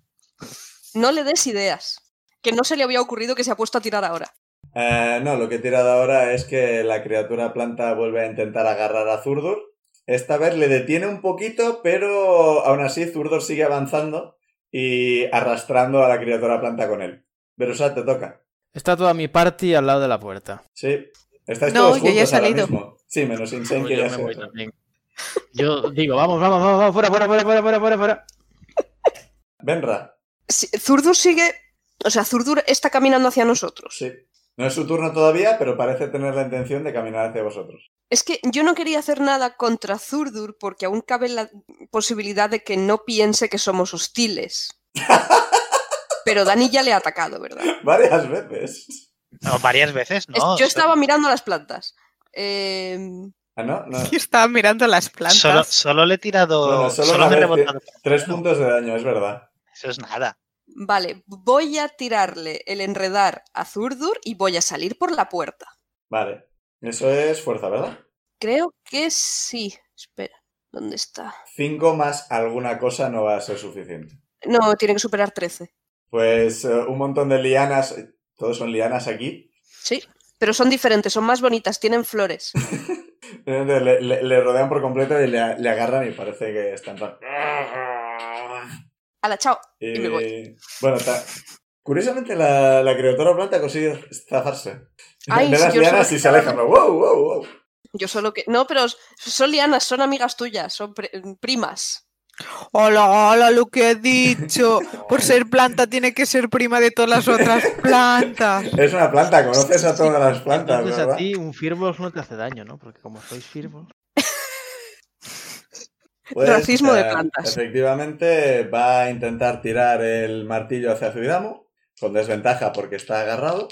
Speaker 5: No le des ideas. Que no se le había ocurrido que se ha puesto a tirar ahora.
Speaker 1: Eh, no, lo que he tirado ahora es que la criatura planta vuelve a intentar agarrar a Zurdur. Esta vez le detiene un poquito, pero aún así Zurdur sigue avanzando y arrastrando a la criatura planta con él. Berusat, te toca.
Speaker 2: Está toda mi party al lado de la puerta.
Speaker 1: Sí. Estáis
Speaker 4: No,
Speaker 1: todos
Speaker 4: yo ya he
Speaker 1: juntos ahora
Speaker 4: salido.
Speaker 1: mismo. Sí, menos Insane
Speaker 2: Pues
Speaker 1: que
Speaker 2: yo
Speaker 1: ya
Speaker 2: me
Speaker 1: se-
Speaker 2: voy también. Yo digo, vamos, vamos, vamos, vamos, fuera, fuera, fuera, fuera, fuera, fuera, fuera.
Speaker 1: Benra.
Speaker 5: Sí, Zurdur sigue. O sea, Zurdur está caminando hacia nosotros.
Speaker 1: Sí. No es su turno todavía, pero parece tener la intención de caminar hacia vosotros.
Speaker 5: Es que yo no quería hacer nada contra Zurdur porque aún cabe la posibilidad de que no piense que somos hostiles. Pero Dani ya le ha atacado, ¿verdad?
Speaker 1: Varias veces.
Speaker 3: No, varias veces, ¿no?
Speaker 5: Es-
Speaker 3: solo-
Speaker 5: yo estaba mirando las plantas. Em,
Speaker 1: Ah, no, no.
Speaker 4: Yo estaba mirando las plantas.
Speaker 3: Solo, solo le he tirado.
Speaker 1: Bueno, solo
Speaker 3: solo
Speaker 1: una
Speaker 3: me he
Speaker 1: vez,
Speaker 3: rebotado.
Speaker 1: Tres
Speaker 3: No,
Speaker 1: puntos de daño, es verdad.
Speaker 3: Eso es nada.
Speaker 5: vale, voy a tirarle el enredar a Zurdur y voy a salir por la puerta.
Speaker 1: Vale. Eso es fuerza, ¿verdad?
Speaker 5: Creo que sí. Espera, ¿dónde está?
Speaker 1: 5 más alguna cosa no va a ser suficiente.
Speaker 5: No, tiene que superar 13.
Speaker 1: Pues eh, un montón de lianas, eh, todos son lianas aquí,
Speaker 5: Sí, pero son diferentes, son más bonitas, tienen flores.
Speaker 1: le, le- le rodean por completo y le, le agarran y parece que están... tan-
Speaker 5: Ala, chao.
Speaker 1: Y,
Speaker 5: Y me voy.
Speaker 1: Bueno, ta- curiosamente la, la criatura planta consigue zafarse.
Speaker 5: Ay,
Speaker 1: le
Speaker 5: sí,
Speaker 1: das
Speaker 5: yo
Speaker 1: lianas
Speaker 5: solo-
Speaker 1: y se aleja. pero ¡Wow, wow, wow!
Speaker 5: Yo solo que. No, pero son lianas, son amigas tuyas, son pri- primas.
Speaker 4: Hola, hola, lo que he dicho. Por ser planta tiene que ser prima de todas las otras plantas.
Speaker 1: Es una planta, conoces a todas las plantas,
Speaker 2: Entonces a
Speaker 1: ¿verdad?
Speaker 2: ti un Firbolg no te hace daño, ¿no? Porque como sois Firbolg...
Speaker 5: Racismo de plantas.
Speaker 1: Pues, eh, Efectivamente, va a intentar tirar el martillo hacia Zuidamo, con desventaja porque está agarrado.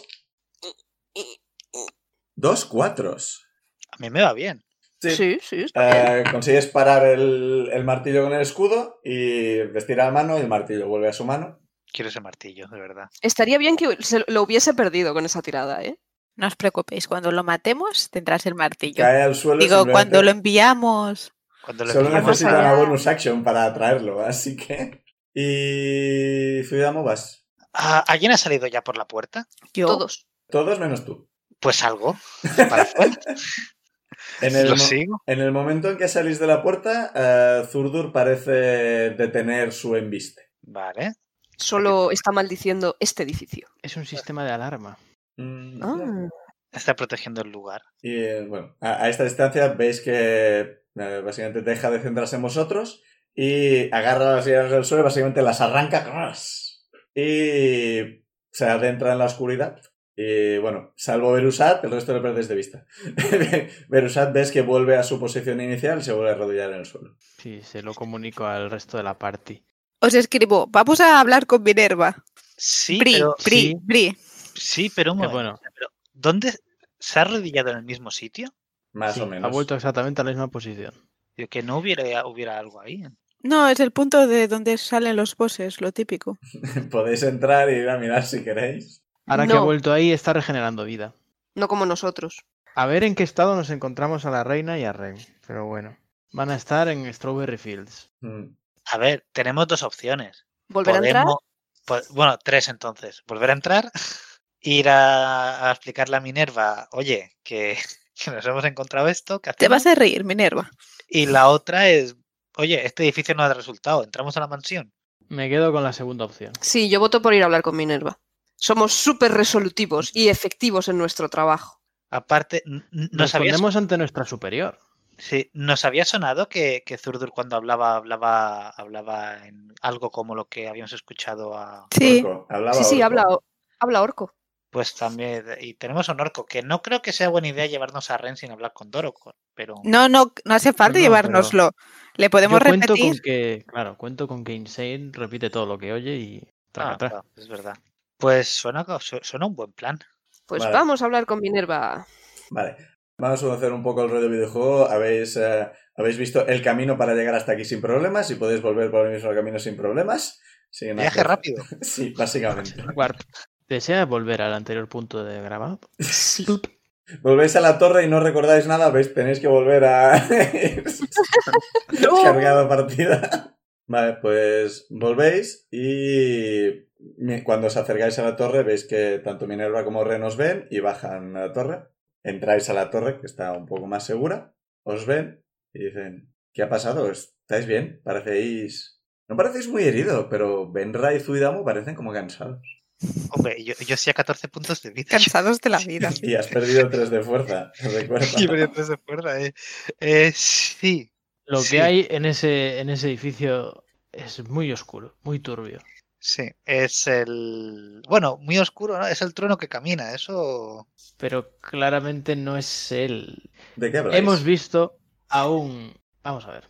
Speaker 1: Dos cuatros.
Speaker 3: A mí me va bien.
Speaker 1: Sí.
Speaker 5: Sí, sí, está bien.
Speaker 1: Eh, consigues parar el, el martillo con el escudo y vestir la mano y el martillo vuelve a su mano.
Speaker 3: Quiero ese martillo, de verdad.
Speaker 5: Estaría bien que se lo hubiese perdido con esa tirada, ¿eh?
Speaker 4: No os preocupéis, cuando lo matemos tendrás el martillo.
Speaker 1: Cae al suelo. y
Speaker 4: Digo,
Speaker 1: simplemente-
Speaker 4: cuando lo enviamos.
Speaker 3: Cuando lo
Speaker 1: Solo
Speaker 3: pillamos-
Speaker 1: necesita
Speaker 5: allá.
Speaker 1: una bonus action para traerlo, así que. Y. Zuidamo, vas.
Speaker 3: Ah, ¿Alguien ha salido ya por la puerta?
Speaker 4: Yo.
Speaker 5: Todos.
Speaker 1: Todos menos tú.
Speaker 3: Pues algo. Para afuera.
Speaker 1: En el,
Speaker 3: lo
Speaker 1: mo-
Speaker 3: sigo.
Speaker 1: en el momento en que salís de la puerta, eh, Zurdur parece detener su embiste.
Speaker 3: Vale.
Speaker 5: Solo está maldiciendo este edificio.
Speaker 2: Es un sistema de alarma.
Speaker 1: Mm,
Speaker 5: Ah.
Speaker 3: Está protegiendo el lugar.
Speaker 1: Y eh, bueno, a, a esta distancia veis que eh, básicamente deja de centrarse en vosotros y agarra las sillas del suelo y básicamente las arranca ¡cras! y se adentra en la oscuridad. Y bueno, salvo Berusat, el resto lo perdéis de vista. Berusat ves que vuelve a su posición inicial y se vuelve a arrodillar en el suelo.
Speaker 2: Sí, se lo comunico al resto de la party.
Speaker 4: Os escribo, vamos a hablar con Minerva.
Speaker 3: Sí,
Speaker 4: Bri,
Speaker 3: pero,
Speaker 4: Bri,
Speaker 2: sí.
Speaker 4: Bri.
Speaker 3: sí, pero un
Speaker 2: Que
Speaker 3: momento.
Speaker 2: bueno.
Speaker 3: Pero, ¿Dónde se ha arrodillado en el mismo sitio?
Speaker 1: Más
Speaker 2: Sí,
Speaker 1: o menos.
Speaker 2: Ha vuelto exactamente a la misma posición.
Speaker 3: Digo, que no hubiera, hubiera algo ahí.
Speaker 4: No, es el punto de donde salen los bosses, lo típico.
Speaker 1: Podéis entrar y ir a mirar si queréis.
Speaker 2: Ahora que ha
Speaker 5: No.
Speaker 2: vuelto ahí, está regenerando vida.
Speaker 5: No como nosotros.
Speaker 2: A ver en qué estado nos encontramos a la reina y a Ren. Pero bueno, van a estar en Strawberry Fields.
Speaker 1: Mm.
Speaker 3: A ver, tenemos dos opciones.
Speaker 5: Volver a entrar.
Speaker 3: po- bueno, tres entonces. Volver a entrar, ir a, a explicarle a Minerva, oye, que, que nos hemos encontrado esto, que
Speaker 4: Te vas a reír, Minerva.
Speaker 3: Y la otra es, oye, este edificio no da resultado, entramos a la mansión.
Speaker 2: Me quedo con la segunda opción.
Speaker 5: Sí, yo voto por ir a hablar con Minerva. Somos súper resolutivos y efectivos en nuestro trabajo.
Speaker 3: Aparte, n- n- nos había,
Speaker 2: Respondemos ante nuestra superior.
Speaker 3: sí, nos había sonado que, que Zurdur cuando hablaba, hablaba, hablaba en algo como lo que habíamos escuchado a...
Speaker 4: Sí,
Speaker 1: Orco, hablaba
Speaker 5: Sí, sí,
Speaker 1: Orco.
Speaker 5: habla, habla orco.
Speaker 3: Pues también, y tenemos a un orco, que no creo que sea buena idea llevarnos a Ren sin hablar con Dorocor, pero...
Speaker 4: no, no, no hace falta
Speaker 2: No,
Speaker 4: llevárnoslo. Le podemos
Speaker 2: Yo cuento
Speaker 4: repetir.
Speaker 2: con que, claro, cuento con que Insane repite todo lo que oye y traca,
Speaker 3: Ah,
Speaker 2: traca.
Speaker 3: va, es verdad. Pues suena, co- su- suena un buen plan.
Speaker 5: Pues
Speaker 1: Vale.
Speaker 5: vamos a hablar con Minerva.
Speaker 1: Vale. Vamos a hacer un poco el rol de videojuego. Habéis, eh, habéis visto el camino para llegar hasta aquí sin problemas y podéis volver por el mismo camino sin problemas. Sin
Speaker 3: Viaje
Speaker 1: hacer-
Speaker 3: rápido.
Speaker 1: Sí, básicamente.
Speaker 2: Warp. ¿Deseas volver al anterior punto de grabado?
Speaker 1: Volvéis a la torre y no recordáis nada, veis, tenéis que volver a... Cargado partida. Vale, pues volvéis y mi- cuando os acercáis a la torre veis que tanto Minerva como Ren os ven y bajan a la torre. Entráis a la torre, que está un poco más segura, os ven y dicen, ¿qué ha pasado? ¿Estáis bien? Parecéis... No parecéis muy herido, pero Benra y Zuidamo parecen como cansados.
Speaker 3: Hombre, yo, yo sí a 14 puntos de vida.
Speaker 4: Cansados de la vida.
Speaker 1: Y has perdido tres de fuerza, recuerda.
Speaker 3: Y Benito se acuerda, eh. Eh, sí.
Speaker 2: Lo
Speaker 3: Sí.
Speaker 2: que hay en ese, en ese edificio es muy oscuro, muy turbio.
Speaker 3: Sí, es el. Bueno, muy oscuro, ¿no? Es el trueno que camina, eso.
Speaker 2: Pero claramente no es él.
Speaker 1: ¿De qué habláis?
Speaker 2: Hemos visto a un... Vamos a ver.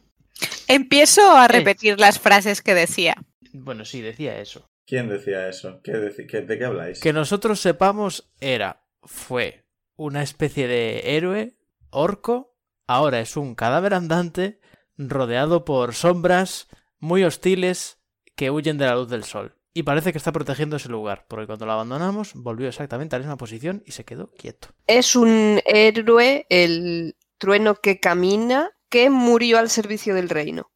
Speaker 4: Empiezo a
Speaker 2: Eh.
Speaker 4: repetir las frases que decía.
Speaker 2: Bueno, sí, decía eso.
Speaker 1: ¿Quién decía eso? ¿Qué deci- qué- ¿De qué habláis?
Speaker 2: que nosotros sepamos era, fue una especie de héroe, orco, ahora es un cadáver andante rodeado por sombras muy hostiles que huyen de la luz del sol. Y parece que está protegiendo ese lugar, porque cuando lo abandonamos volvió exactamente a la misma posición y se quedó quieto.
Speaker 5: Es un héroe, el trueno que camina, que murió al servicio del reino.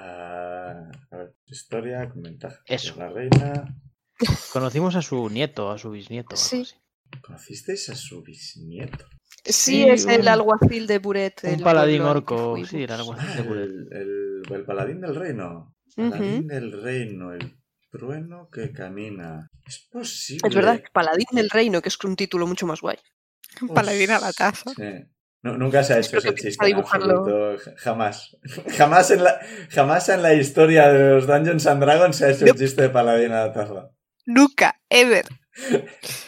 Speaker 1: Ah, a ver, historia con ventaja.
Speaker 2: Eso.
Speaker 1: La reina.
Speaker 2: Conocimos a su nieto, a su bisnieto. o algo
Speaker 5: Sí.
Speaker 2: así.
Speaker 1: ¿Conocisteis a su bisnieto?
Speaker 5: Sí,
Speaker 2: Sí,
Speaker 5: es el
Speaker 2: un-
Speaker 5: alguacil de Buret.
Speaker 2: Un
Speaker 5: el
Speaker 2: paladín
Speaker 5: pueblo al que
Speaker 2: orco,
Speaker 5: fuimos.
Speaker 2: sí, era algo así.
Speaker 1: Ah,
Speaker 2: seguro.
Speaker 1: el, el, el paladín del reino.
Speaker 5: Ujú.
Speaker 1: Paladín del reino, el trueno que camina. Es posible.
Speaker 5: Es verdad, paladín del reino, que es un título mucho más guay.
Speaker 4: Paladín a la taza.
Speaker 1: Sí. Nu- nunca se ha hecho
Speaker 5: Creo que
Speaker 1: ese
Speaker 5: empieza
Speaker 1: chiste.
Speaker 5: a
Speaker 1: en
Speaker 5: dibujarlo.
Speaker 1: absoluto, Jamás. Jamás en, la, jamás en la historia de los Dungeons and Dragons se ha hecho un
Speaker 4: Nope.
Speaker 1: chiste de Paladina de la taza.
Speaker 4: Nunca, ever.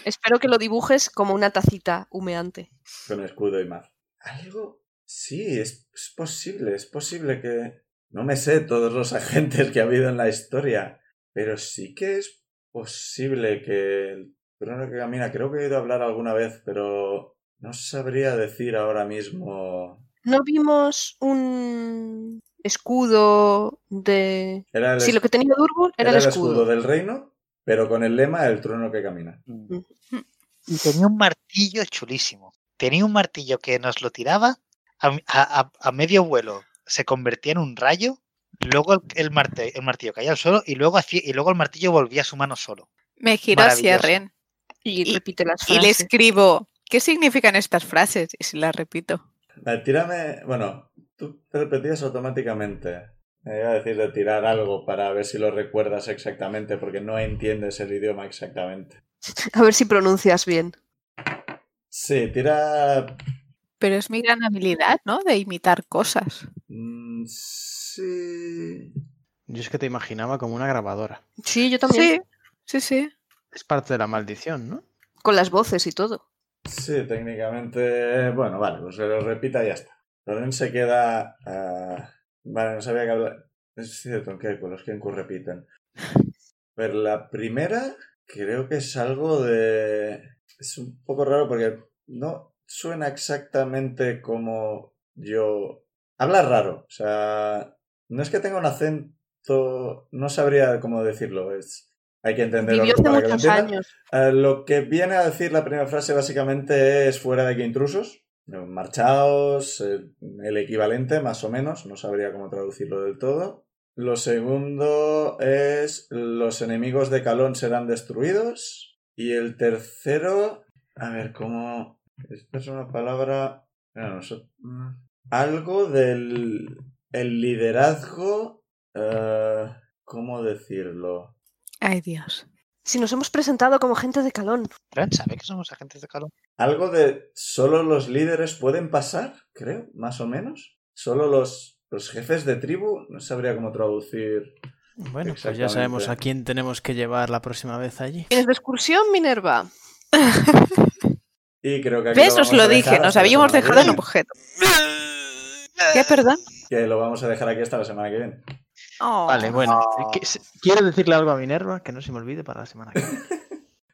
Speaker 5: Espero que lo dibujes como una tacita humeante.
Speaker 1: Con escudo y más. Algo. Sí, es, es posible, es posible que. No me sé todos los agentes que ha habido en la historia, pero sí que es posible que el trono que camina. Creo que he oído hablar alguna vez, pero no sabría decir ahora mismo.
Speaker 5: No vimos un escudo de...
Speaker 1: Era el,
Speaker 5: Sí, lo que tenía Durbul era, el escudo.
Speaker 1: del reino, pero con el lema el trueno que camina.
Speaker 3: Y tenía un martillo chulísimo. Tenía un martillo que nos lo tiraba a, a- a- a medio vuelo, se convertía en un rayo, luego el, el marte- el martillo caía al suelo y luego, hacía- y luego el martillo volvía a su mano solo.
Speaker 4: Me giro hacia
Speaker 3: Maravilloso.
Speaker 4: Ren
Speaker 5: Y,
Speaker 4: Y-
Speaker 5: repite las
Speaker 4: y le
Speaker 5: frases.
Speaker 4: escribo, ¿qué significan estas frases? Y si las repito.
Speaker 1: La tírame. Bueno, tú te repetías automáticamente. Me iba a decir de tirar algo para ver si lo recuerdas exactamente, porque no entiendes el idioma exactamente.
Speaker 5: A ver si pronuncias bien.
Speaker 1: Sí, tira.
Speaker 4: Pero es mi gran habilidad, ¿no? De imitar cosas.
Speaker 1: mm, sí.
Speaker 2: Yo es que te imaginaba como una grabadora.
Speaker 5: Sí, yo también.
Speaker 4: Sí, sí, sí.
Speaker 2: Es parte de la maldición, ¿no?
Speaker 5: Con las voces y todo.
Speaker 1: Sí, técnicamente. Bueno, vale, pues se lo repita y ya está. Loren se queda. ah, Vale, no sabía que hablar. Es cierto, que con los que encu repiten. Pero la primera creo que es algo de. Es un poco raro porque no suena exactamente como yo. Habla raro. O sea, no es que tenga un acento. No sabría cómo decirlo. Es... Hay que entenderlo
Speaker 5: Vivió hace
Speaker 1: para que lo
Speaker 5: muchos
Speaker 1: entiendan.
Speaker 5: años.
Speaker 1: Eh, lo que viene a decir la primera frase básicamente es fuera de aquí intrusos, eh, marchaos, eh, el equivalente más o menos, no sabría cómo traducirlo del todo. Lo segundo es los enemigos de Calón serán destruidos. Y el tercero, a ver, ¿cómo? Esta es una palabra... bueno, no sé. Algo del el liderazgo... eh, ¿Cómo decirlo?
Speaker 4: Ay, Dios.
Speaker 5: Si nos hemos presentado como gente de calón.
Speaker 3: Fran, ¿sabe que somos agentes de calor?
Speaker 1: Algo de solo los líderes pueden pasar, creo, más o menos. Solo los, los jefes de tribu, no sabría cómo traducir.
Speaker 2: Bueno, pues ya sabemos a quién tenemos que llevar la próxima vez allí.
Speaker 5: ¿Tienes de excursión, Minerva?
Speaker 1: Y creo que aquí
Speaker 4: ¿Ves?
Speaker 1: lo
Speaker 4: Os
Speaker 1: vamos a
Speaker 4: lo
Speaker 1: dejar
Speaker 4: dije, nos
Speaker 1: hasta la
Speaker 4: habíamos
Speaker 1: semana que
Speaker 4: dejado en
Speaker 1: viene,
Speaker 4: objeto. ¿Qué, perdón?
Speaker 1: Que lo vamos a dejar aquí hasta la semana que viene.
Speaker 4: Oh.
Speaker 2: Vale, bueno.
Speaker 3: Ah.
Speaker 2: ¿Qui- se- ¿Quiero decirle algo a Minerva? Que no se me olvide para la semana que viene.